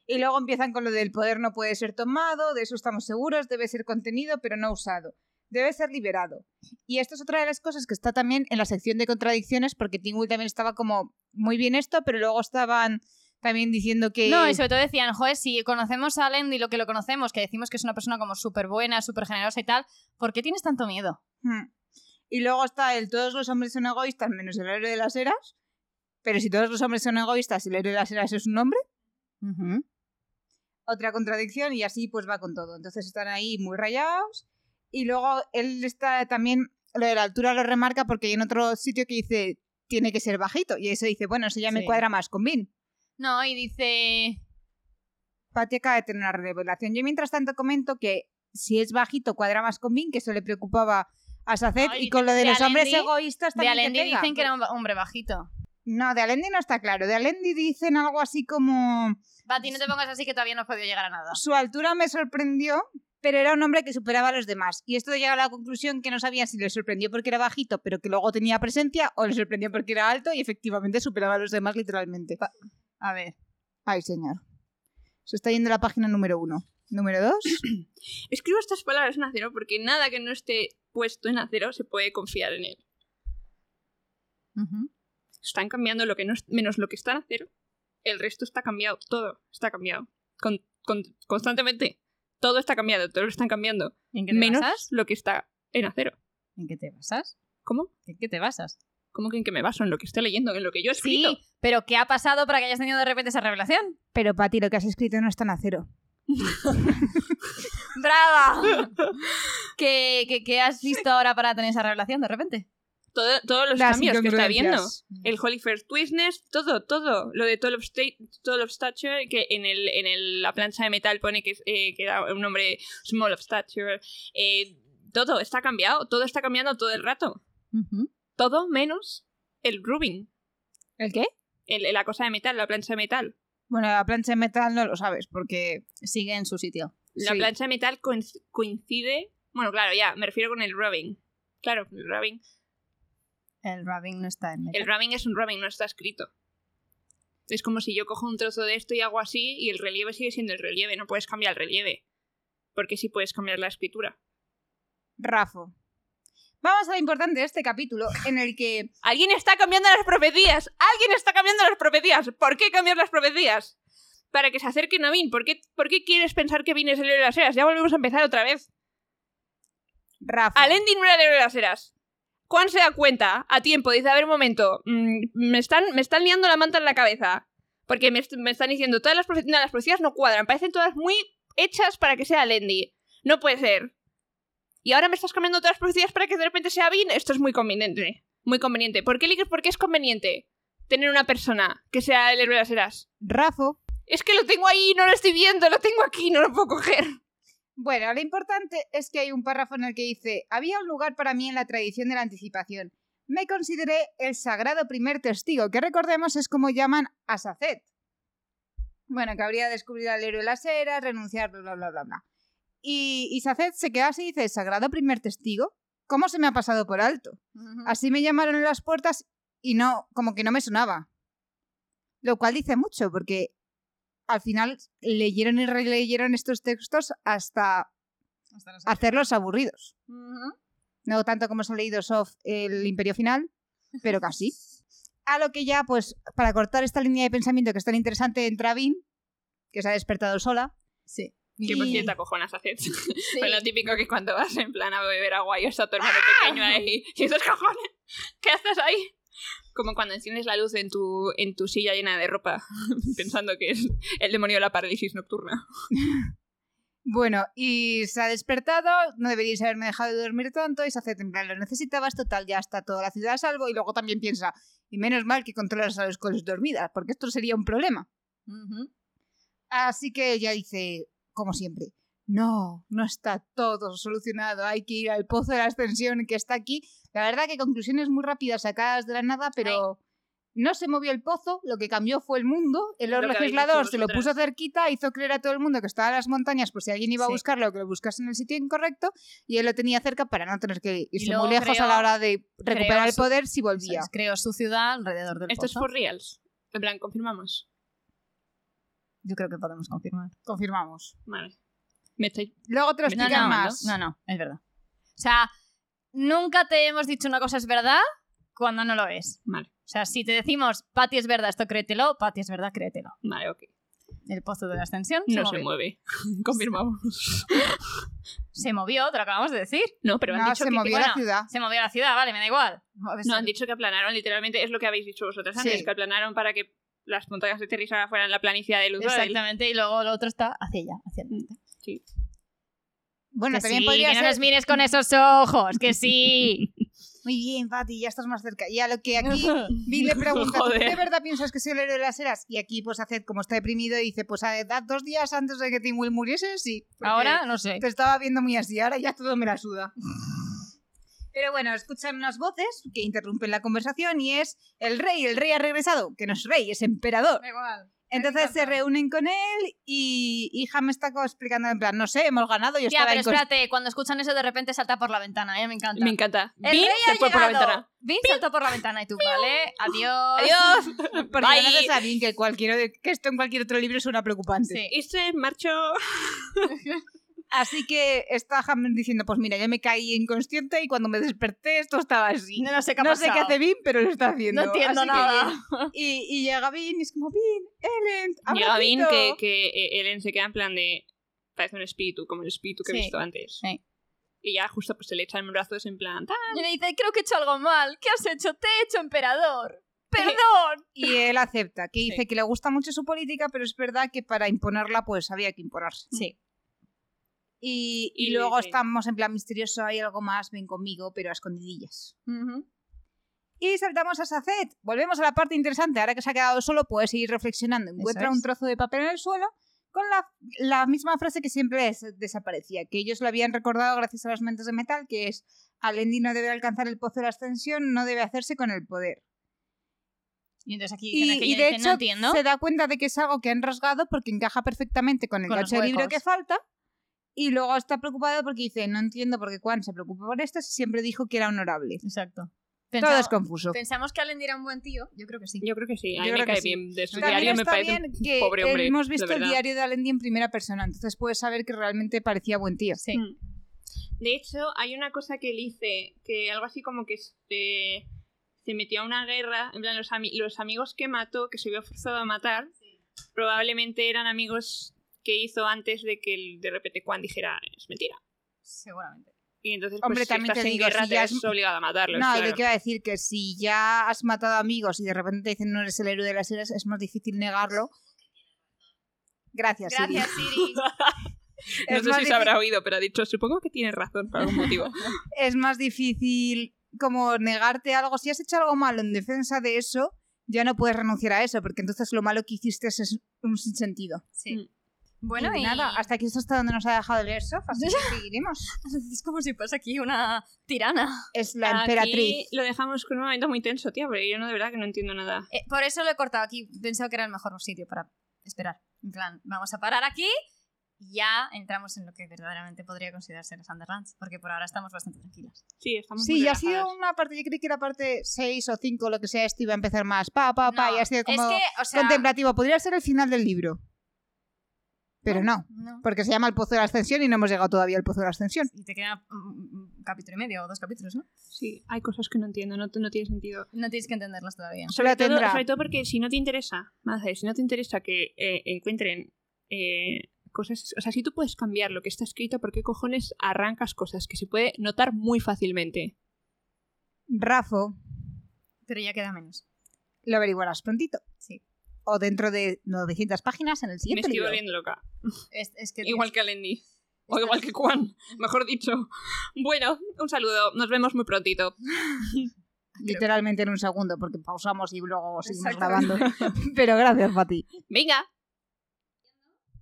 A: Y luego empiezan con lo del poder no puede ser tomado, de eso estamos seguros, debe ser contenido, pero no usado. Debe ser liberado. Y esto es otra de las cosas que está también en la sección de contradicciones, porque Tingul también estaba como muy bien esto, pero luego estaban también diciendo que.
B: No, y sobre todo decían, joder, si conocemos a Lendy lo que lo conocemos, que decimos que es una persona como súper buena, súper generosa y tal, ¿por qué tienes tanto miedo?
A: Hmm. Y luego está el todos los hombres son egoístas menos el héroe de las eras. Pero si todos los hombres son egoístas y el héroe de las eras es un hombre, otra contradicción y así pues va con todo. Entonces están ahí muy rayados. Y luego él está también, lo de la altura lo remarca porque hay en otro sitio que dice tiene que ser bajito. Y eso dice, bueno, eso ya me
B: Sí.
A: cuadra más con Vin.
B: No, y dice...
A: Patty acaba de tener una revelación. Yo mientras tanto comento que si es bajito cuadra más con Vin, que eso le preocupaba a Saced.
B: Ay,
A: y con lo de
B: de
A: los hombres
B: Alendi-
A: egoístas
B: De
A: también. que
B: Alendi
A: pega.
B: dicen que era un ba- hombre bajito.
A: No, de Alendi no está claro. De Alendi dicen algo así como
B: Bati, no te pongas así que todavía no has podido llegar a nada.
A: su altura me sorprendió, pero era un hombre que superaba a los demás. Y esto llega a la conclusión que no sabía si le sorprendió porque era bajito, pero que luego tenía presencia, o le sorprendió porque era alto y efectivamente superaba a los demás literalmente.
B: A ver.
A: Ay, señor. Se está yendo la página número uno. Número dos.
C: Escribo estas palabras en acero porque nada que no esté puesto en acero se puede confiar en él.
B: Ujú.
C: Están cambiando lo que no es- menos lo que está en acero. El resto está cambiado. Todo está cambiado. Con- con- constantemente. Todo está cambiado. Todo lo están cambiando.
B: ¿En qué te
C: Menos
B: basas?
C: lo que está en acero.
B: ¿En qué te basas?
C: ¿Cómo?
B: ¿En qué te basas?
C: ¿Cómo que en qué me baso? En lo que estoy leyendo, en lo que yo he escrito.
B: Sí, pero ¿qué ha pasado para que hayas tenido de repente esa revelación?
A: Pero, Pati, lo que has escrito no está en acero.
B: <laughs> ¡Brava! ¿Qué, qué, qué has visto ahora para tener esa revelación de repente?
C: Todo- todos los
A: Las
C: cambios que está viendo.
A: incongruencias.
C: El Holy First Twistness, todo, todo. Lo de Tall of, Sta- Tall of Stature, que en, el, en el- la plancha de metal pone que, es, eh, que da un nombre Small of Stature. Eh, todo está cambiado, todo está cambiando todo el rato. Todo menos el Rubin,
A: ¿El qué?
C: el- la cosa de metal, la plancha de metal.
A: Bueno, la plancha de metal no lo sabes porque
B: Sigue en su sitio.
C: La
A: Sí.
C: plancha de metal coinc- coincide. Bueno, claro, ya, me refiero con el Rubin. Claro, el Rubin.
B: El rubbing no está en metal.
C: El ramming es un ramming, no está escrito. Es como si yo cojo un trozo de esto y hago así y el relieve sigue siendo el relieve, no puedes cambiar el relieve. Porque sí puedes cambiar la escritura.
A: Rafo. Vamos a lo importante de este capítulo, en el que
C: Alguien está cambiando las profecías. Alguien está cambiando las profecías. ¿Por qué cambiar las profecías? Para que se acerquen a Vin. ¿Por qué, por qué quieres pensar que Vin es el héroe de las eras? Ya volvemos a empezar otra vez.
A: Rafo.
C: Alendi no era el héroe de las eras. Juan se da cuenta a tiempo, dice, a ver un momento, mm, me, están, me están liando la manta en la cabeza. Porque me, est- me están diciendo, todas las, profe- no, las profecías no cuadran, parecen todas muy hechas para que sea Alendi. No puede ser. Y ahora me estás cambiando todas las profecías para que de repente sea Vin. Esto es muy conveniente. Muy conveniente. ¿Por qué eliges? Porque es conveniente tener una persona que sea el héroe de las eras.
A: Rafo.
C: Es que lo tengo ahí, no lo estoy viendo, lo tengo aquí, no lo puedo coger.
A: Bueno, lo importante es que hay un párrafo en el que dice, había un lugar para mí en la tradición de la anticipación. Me consideré el sagrado primer testigo, que recordemos es como llaman a Sacet. Bueno, que habría descubrir al héroe de las eras, renunciar, bla, bla, bla, bla, bla. Y, y Saced se queda así y dice, ¿sagrado primer testigo? ¿Cómo se me ha pasado por alto?
B: Ujú.
A: Así me llamaron en las puertas y no, como que no me sonaba. Lo cual dice mucho, porque al final leyeron y releyeron estos textos hasta
B: Hasta los-
A: hacerlos aburridos.
B: Ujú.
A: No tanto como se ha leído Soft el Imperio Final, pero
C: <laughs>
A: casi. A lo que ya, pues, para cortar esta línea de pensamiento que es tan interesante, entra Vin, que se ha despertado sola.
B: Sí.
C: Que por
A: Y-
C: <laughs> cierto, acojonas haces.
B: Sí.
C: Con lo típico que cuando vas en plan a beber agua y está tu hermano
A: ¡Ah!
C: pequeño ahí. <laughs> Y esos cojones, ¿qué haces ahí? Como cuando enciendes la luz en tu, en tu silla llena de ropa, <laughs> pensando que es el demonio de la parálisis nocturna.
A: Bueno, y se ha despertado, no deberíais haberme dejado de dormir tanto y se hace temblar, lo necesitabas, total, ya está toda la ciudad a salvo y luego también piensa, y menos mal que controlas a los coles dormidas, porque esto sería un problema.
B: Ujú.
A: Así que ella dice, como siempre, no, no está todo solucionado, hay que ir al pozo de la ascensión que está aquí. La verdad que conclusiones muy rápidas sacadas de la nada, pero no se movió el pozo, lo que cambió fue el mundo. El
C: Lo que habéis
A: legislador
C: dicho
A: se lo puso
C: vosotras.
A: cerquita, hizo creer a todo el mundo que estaba en las montañas por si alguien iba a
B: Sí.
A: buscarlo, que lo buscase en el sitio incorrecto, y él lo tenía cerca para no tener que irse
B: luego
A: muy lejos
B: creó-
A: a la hora de recuperar el
B: su-
A: poder si volvía.
B: ¿Sabes? Creó su ciudad alrededor del
C: Esto es
B: pozo.
C: for reals. En plan, confirmamos.
B: Yo creo que podemos confirmar.
A: Confirmamos.
C: Vale. Me estoy...
A: Luego te lo
C: Me estoy
A: explican
B: no,
C: calmando.
A: más.
B: No, no, es verdad. O sea, nunca te hemos dicho una cosa es verdad cuando no lo es.
C: Vale,
B: O sea, si te decimos, Pati es verdad, esto créetelo, Pati es verdad, créetelo.
C: vale, ok.
B: El pozo de la ascensión se
C: No se
A: <laughs>
B: movió.
C: mueve. <laughs> confirmamos.
B: Se movió, te lo acabamos de decir.
C: No, pero han
A: No,
C: dicho
A: se
C: que...
A: movió
B: bueno,
A: la ciudad.
B: Se movió la ciudad, vale, me da igual. Pues,
C: No, han dicho que aplanaron, literalmente es lo que habéis dicho vosotras antes,
A: Sí.
C: que aplanaron para que las montañas de Terrizana fueran la planicie de Luz
B: Exactamente, y luego lo otro está hacia allá, hacia adelante.
A: Bueno,
B: que
A: también
B: sí,
A: podría
B: que
A: ser.
B: no nos mires con esos ojos, que <laughs> sí.
A: Muy bien, Pati, ya estás más cerca. Y a lo que
B: <laughs>
A: aquí Bill le pregunta, ¿tú
C: <laughs> Joder.
A: de verdad piensas que soy el héroe de las eras? Y aquí, pues, Haced, como está deprimido, dice, pues, a edad dos días antes de que Tim Will muriese, sí. porque
B: Ahora, no sé.
A: Te estaba viendo muy así, ahora ya todo me la suda. Pero bueno, escuchan unas voces que interrumpen la conversación y es el rey, el rey ha regresado, que no es rey, es emperador.
B: igual.
A: Entonces se reúnen con él y, y Ham está como explicando en plan, no sé, hemos ganado, yo
B: Ya,
A: estaba
B: pero
A: incons-
B: espérate, cuando escuchan eso de repente salta por la ventana, ¿eh? Me encanta.
C: Me encanta.
B: El
C: Bill
B: rey ha
C: se fue por la
B: llegado.
C: ventana.
B: Vin saltó por la ventana y tú, vale, adiós.
C: Adiós.
A: <laughs> Porque
C: Bye.
A: no a bien que, cualquier, que esto en cualquier otro libro suena preocupante.
B: Sí.
C: Irse, Este marcho.
A: Así que está Hammond diciendo, pues mira, yo me caí inconsciente y cuando me desperté esto estaba así.
B: No sé qué ha
A: No sé qué
B: pasado.
A: hace Bean, pero lo está haciendo.
B: No entiendo
A: Así que
B: nada.
A: bien. y, y llega Bean y es como, Bean, Ellen,
C: Llega Vin
A: abracito".
C: que, que eh, Ellen se queda en plan de. Parece un espíritu, como el espíritu que
B: Sí.
C: he visto antes.
B: Sí.
C: Y ya justo pues se le echan brazos en plan. "Ah,
B: Y le dice, creo que he hecho algo mal. ¿Qué has hecho? Te he hecho emperador. Perdón.
A: Y él acepta, que dice que le gusta mucho su política, pero es verdad que para imponerla pues había que imponerse.
B: Sí.
A: Y, y
C: Y le
A: luego
C: dice-
A: estamos en plan misterioso, hay algo más, ven conmigo, pero a escondidillas. Y saltamos a Sacet. Volvemos a la parte interesante. Ahora que se ha quedado solo, puede seguir reflexionando. Encuentra
B: es.
A: un trozo de papel en el suelo con la, la misma frase que siempre les desaparecía, que ellos lo habían recordado gracias a las mentes de metal, que es Alendi no debe alcanzar el pozo de la ascensión, no debe hacerse con el poder.
B: Y entonces aquí
A: Y,
B: dicen aquello,
A: y de
B: dicen,
A: hecho
B: no entiendo.
A: se da cuenta de que es algo que han rasgado porque encaja perfectamente con el
B: Con los
A: cacho de libro
B: huecos.
A: que falta. Y luego está preocupado porque dice, no entiendo por qué Juan se preocupa por esto si siempre dijo que era honorable.
B: Exacto.
A: Todo
B: Pensaba-
A: es confuso.
B: Pensamos que Allen era un buen tío. Yo creo que sí.
C: Yo creo que sí. A
A: Yo
C: mí
A: creo
C: me
A: que
C: cae
A: sí.
C: bien. De su
A: También
C: diario me
A: está
C: parece un
A: bien que
C: pobre hombre,
A: hemos
C: de
A: visto el
C: verdad.
A: diario de Alendi en primera persona, entonces puedes saber que realmente parecía buen tío.
B: Sí.
C: Mm. De hecho, hay una cosa que él dice, que algo así como que se, se metió a una guerra, en plan, los, ami- los amigos que mató, que se vio forzado a matar, probablemente eran amigos que hizo antes de que el- de repente Juan dijera, es mentira.
B: Seguramente.
C: Y entonces,
A: Hombre,
C: pues, si
A: también
C: estás
A: te
C: en
A: digo,
C: guerra,
A: si
C: te
A: ya
C: ves
A: es-
C: obligado a matarlos,
A: No,
C: claro.
A: yo quiero decir que si ya has matado amigos y de repente te dicen no eres el héroe de las series, es más difícil negarlo. Gracias. Siri.
B: Gracias, Siri.
C: No
A: <laughs> Es
C: sé
A: más
C: si se habrá oído, pero ha dicho, supongo que tienes razón por algún motivo.
A: Es más difícil como negarte algo. Si has hecho algo malo en defensa de eso, ya no puedes renunciar a eso, porque entonces lo malo que hiciste es un sinsentido.
B: Sí. Mm. Bueno, y...
A: nada, hasta aquí esto está donde nos ha dejado el verso, así
B: <laughs>
A: que seguiremos. <laughs>
B: Es como si fuese aquí una tirana.
A: Es <laughs> la
C: Aquí
A: emperatriz.
C: lo dejamos con un momento muy tenso, tía, pero yo no, de verdad que no entiendo nada.
B: Eh, por eso lo he cortado aquí. Pensaba que era el mejor sitio para esperar. En plan, vamos a parar aquí y ya entramos en lo que verdaderamente podría considerarse las Underlands, porque por ahora estamos bastante tranquilas.
C: Sí, estamos
A: Sí,
C: muy
A: y ha
C: relajadas.
A: sido una parte, yo creí que era parte 6 o 5, lo que sea, esto iba a empezar más, pa, pa, pa,
B: No,
A: y ha sido como
B: es que, o sea,
A: contemplativo. Podría ser el final del libro. Pero no,
B: no.
A: porque se llama El Pozo de la Ascensión y no hemos llegado todavía al Pozo de la Ascensión.
B: Y te queda mm, mm, un capítulo y medio o dos capítulos, ¿no?
C: Sí, hay cosas que no entiendo, no, no tiene sentido.
B: No tienes que entenderlos todavía.
C: Sobre
A: La
C: todo,
A: tendrá.
C: sobre todo porque si no te interesa, más allá, si no te interesa que eh, encuentren eh, cosas, o sea, si tú puedes cambiar lo que está escrito, ¿por qué cojones arrancas cosas que se puede notar muy fácilmente?
A: Rafo,
B: Pero ya queda menos.
A: lo averiguarás prontito.
B: Sí.
A: O dentro de 900 páginas en el
C: Me
A: siguiente
C: estoy
A: libro.
C: volviendo loca.
B: Es, es que
C: Igual que Alendi. O igual que Juan, mejor dicho. Bueno, un saludo. Nos vemos muy prontito.
A: Literalmente en un segundo, porque pausamos y luego seguimos grabando.
B: Exactamente. <laughs>
A: Pero gracias, Pati.
C: Venga.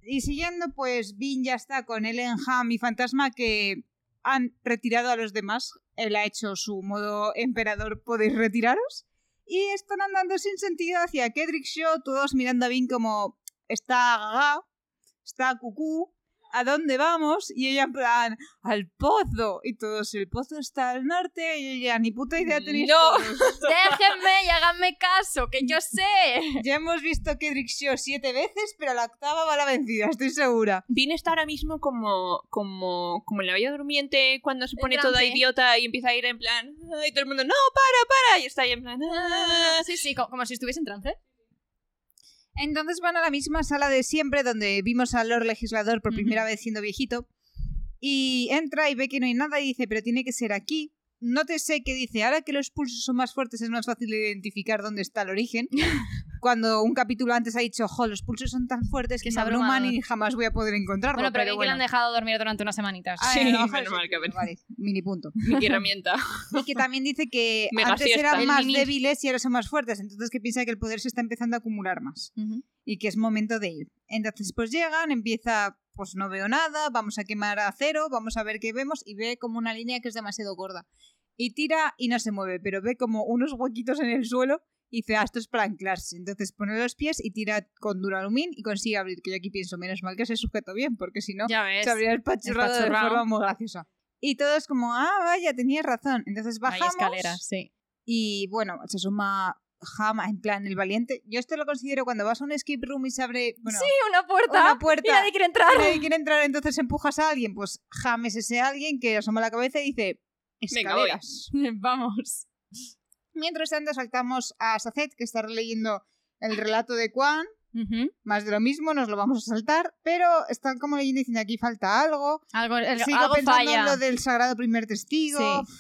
A: Y siguiendo, pues Vin ya está con Ellen Ham y Fantasma que han retirado a los demás. Él ha hecho su modo emperador, podéis retiraros. Y están andando sin sentido hacia Kedrick Show, todos mirando a Vin como está gaga, está cucú, ¿a dónde vamos? Y ella en plan, al pozo. Y todos, el pozo está al norte. Y ella, ni puta idea tenéis.
C: No.
A: todos".
B: Déjenme y háganme caso, que <laughs> yo sé.
A: Ya hemos visto Kedrick Show siete veces, pero la octava va la vencida, estoy segura.
C: Vin está ahora mismo como, como, como en la Bella Durmiente, cuando se
B: En
C: pone
B: trance.
C: toda idiota y empieza a ir en plan. Y todo el mundo, no, para, para. Y está ahí en plan. "Ah".
B: Sí, sí, co- como si estuviese en trance.
A: Entonces van a la misma sala de siempre donde vimos al Lord Legislador por
B: Ujú.
A: primera vez siendo viejito. Y entra y ve que no hay nada y dice, pero tiene que ser aquí. No te sé qué dice, ahora que los pulsos son más fuertes es más fácil identificar dónde está el
B: <laughs>
A: origen. Cuando un capítulo antes ha dicho, jo, los pulsos son tan fuertes que
B: Es
A: se abruman
B: abrumador.
A: y jamás voy a poder encontrarlo.
B: Bueno, pero, bien que
A: bueno.
B: le han dejado dormir durante unas semanitas.
A: Ah,
C: Sí,
A: a lo mejor
C: menos
A: es-
C: mal que ha venido.
A: Vale, mini
B: <laughs>
A: punto.
C: Mi que herramienta.
A: Y que también dice que
C: Mega
A: antes
C: siesta.
A: eran
C: El
A: más
B: mini-
A: débiles y ahora son más fuertes, entonces que piensa que el poder se está empezando a acumular más.
B: Ujú.
A: y que es momento de ir. Entonces, pues llegan, empieza, pues no veo nada, vamos a quemar acero, vamos a ver qué vemos y ve como una línea que es demasiado gorda. Y tira y no se mueve, pero ve como unos huequitos en el suelo Y dice, ah, esto es para anclarse. Entonces pone los pies y tira con duralumín y consigue abrir. Que yo aquí pienso, menos mal que se sujeto bien, porque si no,
B: Ya ves.
A: se habría espachurrado de
B: Espachurrado.
A: forma muy graciosa. Y todos como, ah, vaya, tenías razón. Entonces
B: Hay
A: bajamos.
B: escaleras, sí.
A: Y bueno, se suma Hama, en plan, el valiente. Yo esto lo considero cuando vas a un escape room y se abre... Bueno,
B: sí, una puerta.
A: una puerta.
B: Y nadie quiere entrar.
A: y nadie quiere entrar, entonces empujas a alguien. Pues Ham es ese alguien que asoma la cabeza y dice:
C: Venga, voy.
A: Escaleras.
B: <laughs> Vamos.
A: Mientras tanto, saltamos a Sacet, que está releyendo el relato de Quan.
B: Ujú.
A: Más de lo mismo, nos lo vamos a saltar. Pero están como leyendo y diciendo: aquí falta algo.
B: Algo, el-
A: Sigo
B: algo
A: pensando en
B: falla.
A: lo del sagrado primer testigo.
B: Sí.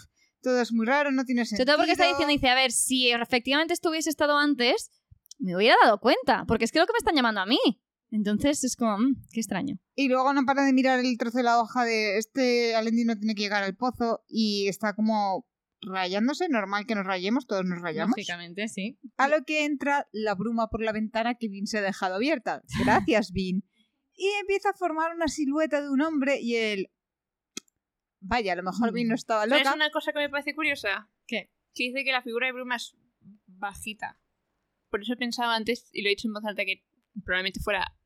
A: Todo es muy raro, no tiene sentido.
B: Sobre todo porque está diciendo, dice, a ver, si efectivamente estuviese estado antes, me hubiera dado cuenta, porque es que lo que me están llamando a mí. Entonces es como, mm, qué extraño.
A: Y luego no para de mirar el trozo de la hoja de este Alendi no tiene que llegar al pozo y está como rayándose, normal que nos rayemos, todos nos rayamos.
B: Lógicamente, sí.
A: A lo que entra la bruma por la ventana que Vin se ha dejado abierta. Gracias, Vin. Y empieza a formar una silueta de un hombre y él... Vaya, a lo mejor Vin no estaba
C: ¿Sabes
A: loca.
C: una cosa que me parece curiosa?
B: ¿Qué?
C: Que dice que la figura de Bruma es bajita. Por eso pensaba antes, y lo he dicho en voz alta, que probablemente fuera...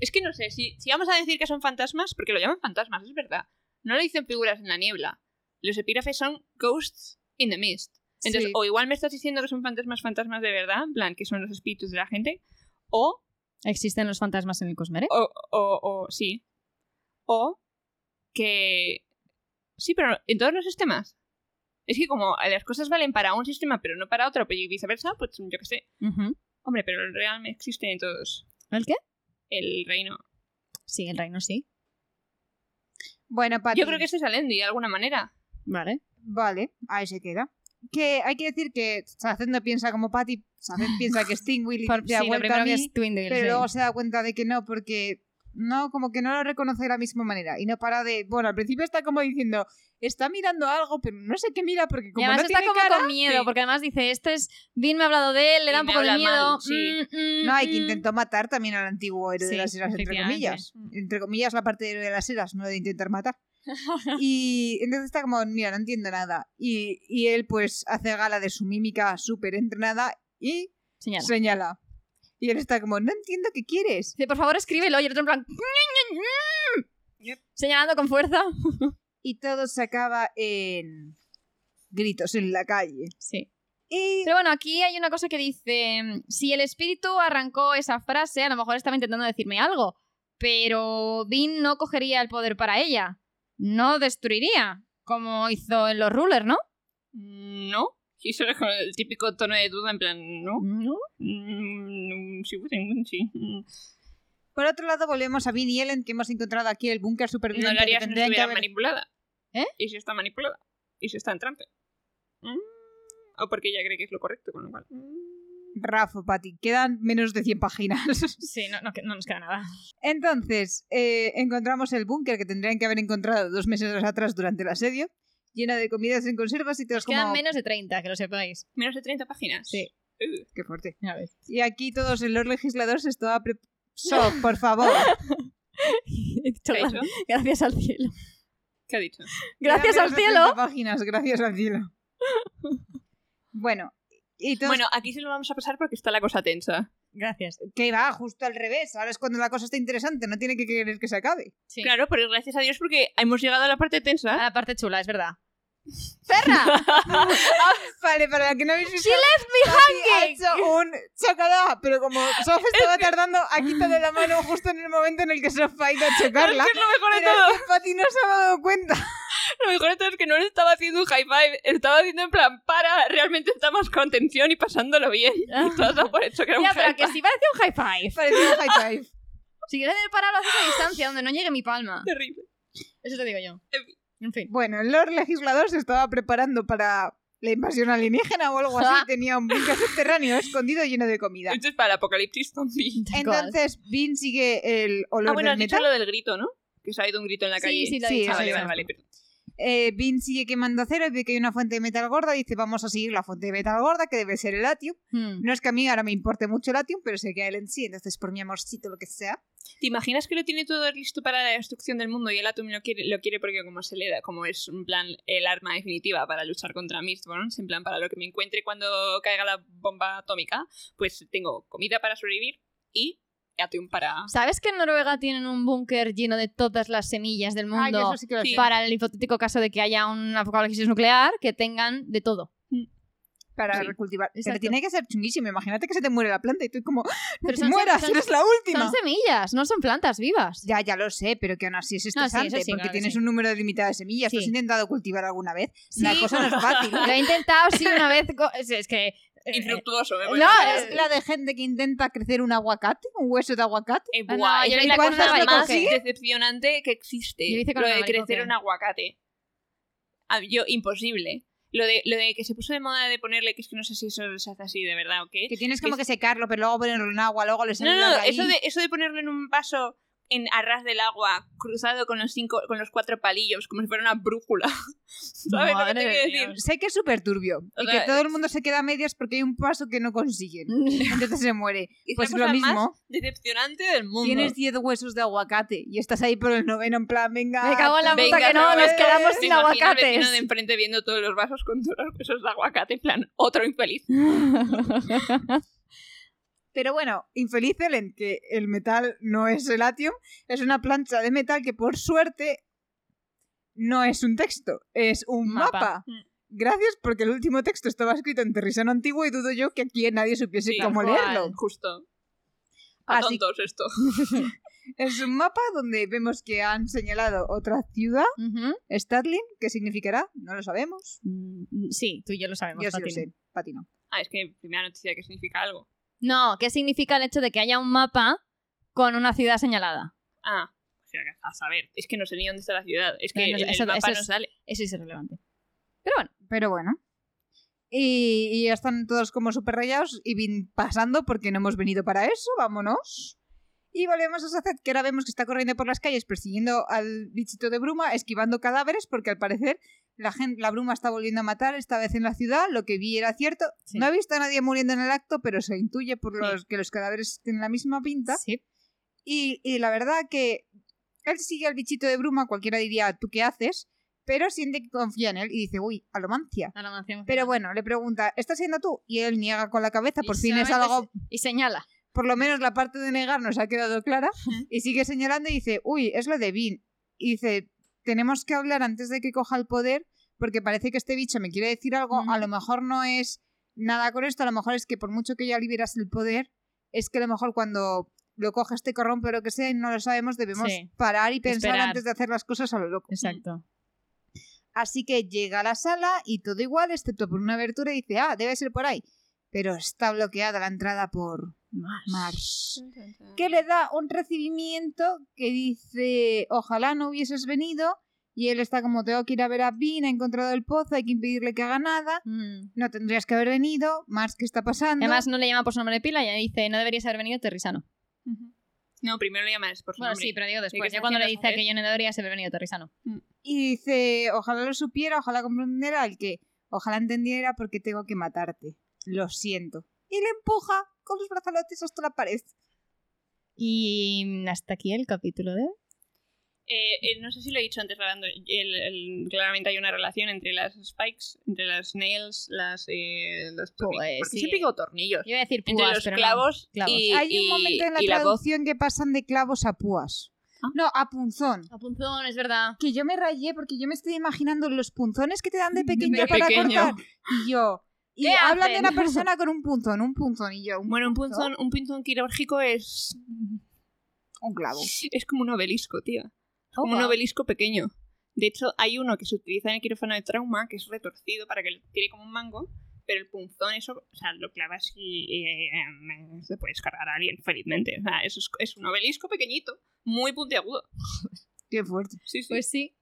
C: Es que no sé, si, si vamos a decir que son fantasmas, porque lo llaman fantasmas, es verdad. No lo dicen figuras en la niebla. Los epígrafes son ghosts in the mist. Entonces,
A: Sí.
B: oh,
C: o igual me estás diciendo que son fantasmas, fantasmas de verdad, en plan, que son los espíritus de la gente, o
B: ¿Existen los fantasmas en el Cosmere?
C: o, o, o- sí. O que. Sí, pero en todos los sistemas. Es que como las cosas valen para un sistema pero no para otro, pero y viceversa, pues yo qué sé.
B: Ujú.
C: Hombre, pero el real existe en todos.
B: ¿El qué?
C: El reino.
B: Sí, el reino sí.
A: Bueno, Pati,
C: Yo creo que este es Alendi, de alguna manera.
B: Vale.
A: Vale, ahí se queda. Que hay que decir que Saced no piensa como Patty, Saced piensa que es Stingwheel y
B: <laughs> Por-
A: se ha
B: sí, lo
A: vuelto a
B: primero que
A: mí.
B: es Twindale,
A: pero
B: sí.
A: luego se da cuenta de que no, porque no, como que no lo reconoce de la misma manera. Y no para de. Bueno, al principio está como diciendo, está mirando algo, pero no sé qué mira, porque
B: Y
A: como
B: además
A: no
B: está
A: tiene
B: como
A: cara.
B: con miedo,
C: sí.
B: porque además dice, este es, Vin me ha hablado de él, le
C: Y
B: da un
C: me
B: poco de
C: habla
B: miedo.
C: mal, sí.
B: Mm, mm,
A: No, hay que
B: mm.
A: intentó matar también al antiguo héroe
B: Sí,
A: de las eras, entre
B: efectivamente. Mm.
A: comillas. Entre comillas, la parte de héroe de las eras, no de intentar
B: <laughs>
A: matar. Y entonces está como, mira, no entiendo nada. Y, y él, pues, hace gala de su mímica súper entrenada y
B: Señala.
A: señala. Y él está como, no entiendo qué quieres.
B: Dice, por favor, escríbelo. Y el otro en plan... Señalando con fuerza.
A: Y todo se acaba en gritos en la calle.
B: Sí.
A: Y
B: Pero bueno, aquí hay una cosa que dice, mm, si el espíritu arrancó esa frase, a lo mejor estaba intentando decirme algo, pero Vin no cogería el poder para ella, no destruiría, como hizo en los rulers, ¿no?
C: No. Y solo con el típico tono de duda, en plan, no.
B: No.
C: Mm, Sí, pues, mm, sí. Mm.
A: por otro lado volvemos a Vin y Ellen, que hemos encontrado aquí el búnker
C: No
A: superviviente.
C: lo haría
A: que
C: si no
A: tendrían que
C: estuviera
A: haber-
C: manipulada.
B: ¿Eh?
C: ¿Y si está manipulada? ¿Y si está en trance? Mm. O porque ella cree que es lo correcto, con lo cual. mm.
A: Rafa, Pati, quedan menos de 100 páginas. <laughs>
B: Sí, no, no, que- no nos queda nada.
A: Entonces, eh, encontramos el búnker que tendrían que haber encontrado dos meses atrás durante el asedio, llena de comidas en conservas y todo
B: Nos quedan
A: como...
B: menos de 30, que lo sepáis.
C: Menos de 30 páginas.
B: Sí.
C: Uh.
A: Qué fuerte.
B: Ya <laughs> ves.
A: Y aquí todos en los legisladores estaba... Pre...
B: <laughs>
A: So, por favor.
B: He dicho,
C: ¿Qué ha dicho?
B: "Gra- gracias al cielo.
C: ¿Qué ha dicho?
B: Gracias
A: Quedan menos
B: al
A: de
B: cielo.
A: 30 páginas, gracias al cielo. <laughs> Bueno, y todos...
C: Bueno, aquí se lo vamos a pasar porque está la cosa tensa.
B: Gracias.
A: Que va, justo al revés. Ahora es cuando la cosa está interesante, no tiene que querer que se acabe.
B: Sí. Ah,
C: Claro, pero gracias a Dios porque hemos llegado a la parte
B: A
C: tensa.
B: la parte chula, es verdad. <laughs> ¡Ferra!
A: <laughs> Vale, para la que no habéis visto...
B: ¡She left me
A: Ha
B: hanging!
A: hecho un chocada, pero como Sof estaba tardando, ha quitado la mano justo en el momento en el que Sof ha ido a chocarla.
C: Es que es lo mejor de
A: Pero
C: todo.
A: es que <laughs> Patty no se ha dado cuenta.
C: Lo mejor de todo es que no le estaba haciendo un high five. Estaba haciendo en plan, para, realmente estamos con tensión y pasándolo bien. Y todo da por hecho que era un
B: Ah. Ya, pero
C: high
B: que
C: five.
B: si parece un high five.
A: Parecía un high five.
B: Si quieres hacer parar, lo haces a distancia, donde no llegue mi palma.
C: Terrible.
B: Eso te digo yo.
C: En fin.
B: En fin.
A: Bueno, el Lord Legislador se estaba preparando para la invasión alienígena o algo así.
B: Ja.
A: Tenía un búnker subterráneo escondido lleno de comida.
C: Esto es para el apocalipsis zombie.
A: Entonces, Vin sigue el olor
C: Ah, bueno,
A: del
C: has dicho
A: metal.
C: lo del grito, ¿no? Que se ha ido un grito en la calle.
B: sí, sí, lo he
A: Sí,
B: dicho.
C: Ah,
A: eso
C: vale,
A: es.
C: vale, vale, perdón.
A: Eh, Vin sigue quemando acero y ve que hay una fuente de metal gorda y dice, vamos a seguir la fuente de metal gorda, que debe ser el Latium.
B: Hmm.
A: No es que a mí ahora me importe mucho el Latium, pero sé que a él en sí, entonces por mi amorcito, lo que sea.
C: ¿Te imaginas que lo tiene todo listo para la destrucción del mundo y el Atom lo quiere, lo quiere porque como se le da, como es en plan el arma definitiva para luchar contra Mistborns, en plan para lo que me encuentre cuando caiga la bomba atómica, pues tengo comida para sobrevivir y Atom para...
B: ¿Sabes que en Noruega tienen un búnker lleno de todas las semillas del
A: Ay,
B: mundo
A: Ah, eso sí que lo
C: Sí.
A: sé.
B: para el hipotético caso de que haya un apocalipsis nuclear que tengan de todo?
A: Para
C: Sí.
A: recultivar.
B: Exacto.
A: Pero tiene que ser chunguísimo. Imagínate que se te muere la planta y tú como, no
B: Pero
A: te
B: son-
A: mueras,
B: son-
A: eres la última.
B: Son semillas, no son plantas vivas.
A: Ya, ya lo sé, pero que aún así es
B: No, sí, eso
A: estresante
B: sí,
A: porque
B: claro que
A: tienes
B: sí.
A: un número limitado de semillas.
B: Sí.
A: ¿Lo has intentado cultivar alguna vez?
B: Sí.
A: La cosa no es fácil.
B: <laughs> Lo he intentado, sí, una vez. co- Es, es que. eh,
C: Infructuoso, me
B: no,
C: voy
A: ¿No
C: a
B: es-
C: hacer-
A: eres la de gente que intenta crecer un aguacate? ¿Un hueso de aguacate?
C: Eh,
B: no,
C: buah,
B: yo
C: es
B: lo
C: la
B: hice con
C: cosa
B: una
C: más
B: maricoque.
C: decepcionante que existe.
B: Yo lo hice con
C: lo
B: una
C: de crecer
B: maricoque.
C: un aguacate. A- Yo, imposible. Lo de, lo de que se puso de moda de ponerle, que es que no sé si eso se hace así de verdad o qué.
A: Que tienes como que secarlo, pero luego ponerlo en agua, luego le sale
C: No,
A: la
C: no,
A: raíz.
C: eso de, eso de ponerlo en un vaso en a ras del agua, cruzado con los cinco, con los cuatro palillos, como si fuera una brújula. <laughs> ¿Sabes lo que
B: Madre
C: te quiero
B: de
C: decir?
B: Dios.
A: Sé que es súper turbio
C: O
A: y
C: sea,
A: que todo el mundo se queda a medias porque hay un paso que no consiguen.
C: <laughs>
B: ¿eh?
A: Entonces se muere.
C: Es
A: Pues
C: la
A: lo
C: cosa más
A: mismo.
C: decepcionante del mundo.
A: Tienes 10 huesos de aguacate y estás ahí por el noveno en plan, venga.
B: Me cago en la
C: Venga,
B: puta que no,
C: cabrón.
B: nos quedamos
C: Me
B: sin
C: imagino al vecino
B: aguacates.
C: de enfrente viendo todos los vasos con todos los huesos de aguacate, en plan, otro infeliz.
B: Mm.
A: Pero bueno, infeliz Ellen, que el metal no es el atium, es una plancha de metal que por suerte no es un texto, es un
B: Mapa.
A: mapa.
C: Mm.
A: Gracias porque el último texto estaba escrito en terrisano antiguo y dudo yo que aquí nadie supiese
C: Sí,
A: cómo
B: tal cual.
A: leerlo.
C: Justo. A
A: Así-
C: tontos esto.
A: Es un mapa donde vemos que han señalado otra ciudad,
B: Ujú.
A: Stadlin, que significará, no lo sabemos.
B: Mm, Sí, tú y yo lo sabemos.
A: Yo sí lo
B: Patino.
A: sé, patino.
C: Ah, es que primera noticia que significa algo.
B: No, ¿qué significa el hecho de que haya un mapa con una ciudad señalada?
C: Ah, o sea, a saber. Es que no sé ni dónde está la ciudad. Es que
B: No, no,
C: en el
B: eso-
C: mapa
B: eso
C: no
B: es-
C: sale.
B: Eso es irrelevante. Pero bueno,
A: Pero bueno. Y, y ya están todos como súper rayados y vin pasando porque no hemos venido para eso, vámonos. Y volvemos a Saced, que ahora vemos que está corriendo por las calles persiguiendo al bichito de bruma, esquivando cadáveres, porque al parecer la, gente, la bruma está volviendo a matar esta vez en la ciudad, lo que vi era cierto.
B: Sí.
A: No he visto a nadie muriendo en el acto, pero se intuye por
B: Sí.
A: los que los cadáveres tienen la misma pinta.
B: sí.
A: Y, y la verdad que él sigue al bichito de bruma, cualquiera diría, ¿tú qué haces? Pero siente que confía en él y dice, uy, alomancia.
B: Ahora me hacemos-
A: Pero bueno, le pregunta, ¿estás siendo tú? Y él niega con la cabeza,
B: Y
A: por fin es
B: solamente
A: algo,
B: Y señala.
A: por lo menos la parte de negar nos ha quedado clara. Y sigue señalando y dice, uy, es lo de Vin. Y dice, tenemos que hablar antes de que coja el poder, porque parece que este bicho me quiere decir algo,
B: Ujú.
A: a lo mejor no es nada con esto, a lo mejor es que por mucho que ya liberas el poder, es que a lo mejor cuando lo coges te corrompe o lo que sea y no lo sabemos, debemos
B: Sí.
A: parar y pensar
B: Esperar.
A: antes de hacer las cosas a lo loco.
B: Exacto.
A: Así que llega a la sala y todo igual, excepto por una abertura, y dice, ah, debe ser por ahí. Pero está bloqueada la entrada por
B: Mm.
A: Mars. Que le da un recibimiento que dice, ojalá no hubieses venido. Y él está como, tengo que ir a ver a Vin, ha encontrado el pozo, hay que impedirle que haga nada.
B: Mm.
A: No tendrías que haber venido. Mars, ¿qué está pasando?
B: Además, no le llama por su nombre de pila y dice, no deberías haber venido Terrisano.
C: No, primero lo llamas por su
B: Bueno,
C: nombre.
B: sí, pero digo después.
C: que
B: Ya cuando le
C: seleccionas
B: dice
C: a
B: que yo no deberías haber venido Terrisano.
A: Y dice, ojalá lo supiera, ojalá comprendiera el que, ojalá entendiera por qué tengo que matarte. Lo siento. Y le empuja con los brazalotes hasta la pared.
B: Y hasta aquí el capítulo de hoy.
C: Eh, eh, no sé si lo he dicho antes, hablando. el- el- claramente hay una relación entre las spikes, entre las nails, las. Eh, los tornillos.
B: Pues
C: Porque
B: sí.
C: siempre digo tornillos.
B: Yo iba a decir
C: Entre
B: púas,
C: los
B: pero no.
C: clavos,
B: clavos.
C: Y,
A: Hay un
C: y-
A: momento en la
C: y la voz.
A: traducción que pasan de clavos a púas.
C: Ah.
A: No, a punzón.
B: A punzón, es verdad.
A: Que yo me rayé porque yo me estoy imaginando los punzones que te dan de pequeño
C: <laughs> De
A: para
C: pequeño.
A: cortar. Y yo. Y
B: ¿Qué
A: hablan de
B: hacen?
A: una persona con un punzón, un punzón y yo. Un,
C: Bueno, un punzón, un punzón quirúrgico es.
A: un clavo.
C: Es como un obelisco, tío.
A: Oh,
C: como un
B: Opa.
C: obelisco pequeño. De hecho, hay uno que se utiliza en el quirófano de trauma, que es retorcido para que le tire como un mango, pero el punzón, eso, o sea, lo clavas y, y, eh, eh, se puede descargar a alguien felizmente. O sea, eso es, es un obelisco pequeñito, muy puntiagudo.
A: Qué fuerte.
C: Sí, sí.
B: Pues sí.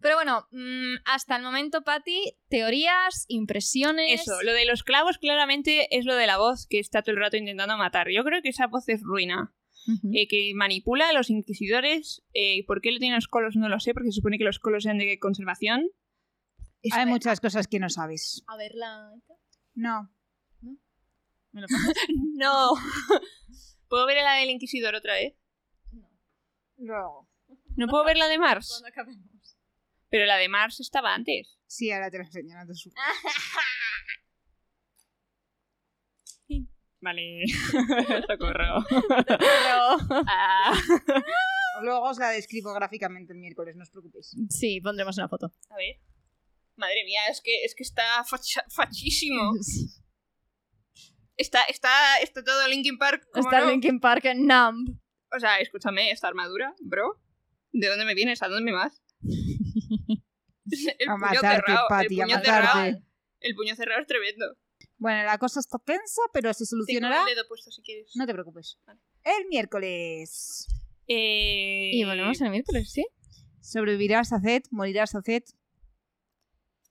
B: Pero bueno, mm, hasta el momento, Patti, teorías, impresiones.
C: eso, lo de los clavos claramente es lo de la voz que está todo el rato intentando matar. Yo creo que esa voz es ruina.
B: Ujú.
C: eh, que manipula a los inquisidores. eh, ¿Por qué le tienen los colos? No lo sé, porque se supone que los colos sean de conservación.
B: Eso, a
D: Hay
B: ver-
D: muchas cosas que no sabes.
B: A ver la...
D: No.
E: ¿Me lo pasas?
C: No. <laughs> ¿Puedo ver la del inquisidor otra vez?
D: Luego.
C: No puedo ver la de Mars.
B: Cuando acabemos.
C: Pero la de Mars estaba antes.
D: Sí, ahora te lo enseño. no te su-
C: Ah. Vale. Socorro. Ah.
D: Luego os la describo gráficamente el miércoles, no os preocupéis.
B: Sí, pondremos una foto.
C: A ver. Madre mía, es que, es que está facha- fachísimo. Está, está, está todo Linkin Park. ¿cómo
B: Está
C: no?
B: Linkin Park en Numb.
C: O sea, escúchame, esta armadura, bro. ¿De dónde me vienes? ¿A dónde vas? El
D: A
C: puño
D: matarte,
C: cerrado,
D: Patty,
C: el
D: a
C: puño cerrado.
D: matarte.
C: El puño cerrado es tremendo.
D: Bueno, la cosa está tensa, pero se
C: Tengo
D: solucionará.
C: el dedo puesto si quieres.
D: No te preocupes.
C: Vale.
D: El miércoles.
C: Eh,
B: Y volvemos el miércoles, ¿sí?
D: Sobrevivirás a Zed, morirás a Zed.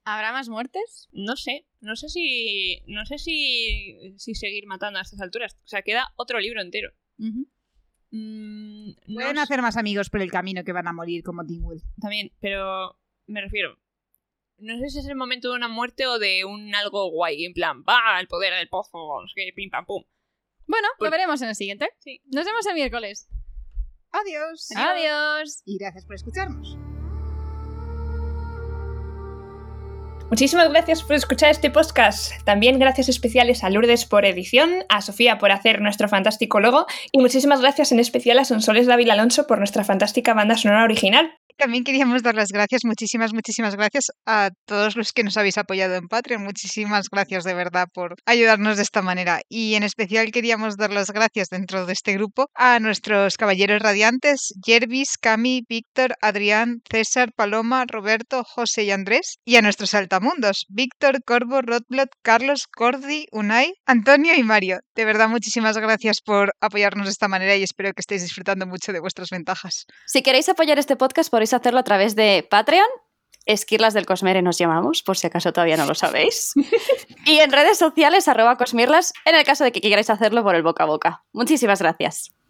B: ¿Habrá más muertes?
C: No sé, no sé si, no sé si, si seguir matando a estas alturas. O sea, queda otro libro entero. Mm, no
D: Pueden
C: sé-
D: hacer más amigos por el camino que van a morir como Tingwell.
C: también, pero me refiero. No sé si es el momento de una muerte o de un algo guay, en plan, va, el poder del pozo, no sé qué, pim pam pum.
B: Bueno, lo
C: Pues-
B: veremos en el siguiente.
C: Sí.
B: Nos vemos el miércoles.
D: Adiós.
B: Adiós.
D: Y gracias por escucharnos.
C: Muchísimas gracias por escuchar este podcast. También gracias especiales a Lourdes por edición, a Sofía por hacer nuestro fantástico logo y muchísimas gracias en especial a Sonsoles David Alonso por nuestra fantástica banda sonora original.
A: También queríamos dar las gracias, muchísimas, muchísimas gracias a todos los que nos habéis apoyado en Patreon. Muchísimas gracias de verdad por ayudarnos de esta manera. Y en especial queríamos dar las gracias dentro de este grupo a nuestros caballeros radiantes, Jervis, Cami, Víctor, Adrián, César, Paloma, Roberto, José y Andrés. Y a nuestros altamundos, Víctor, Corvo, Rotblot, Carlos, Cordi, Unai, Antonio y Mario. De verdad, muchísimas gracias por apoyarnos de esta manera y espero que estéis disfrutando mucho de vuestras ventajas.
F: Si queréis apoyar este podcast, podéis hacerlo a través de Patreon. Esquirlas del Cosmere nos llamamos, por si acaso todavía no lo sabéis. Y en redes sociales, arroba Cosmirlas, en el caso de que queráis hacerlo por el boca a boca. Muchísimas gracias.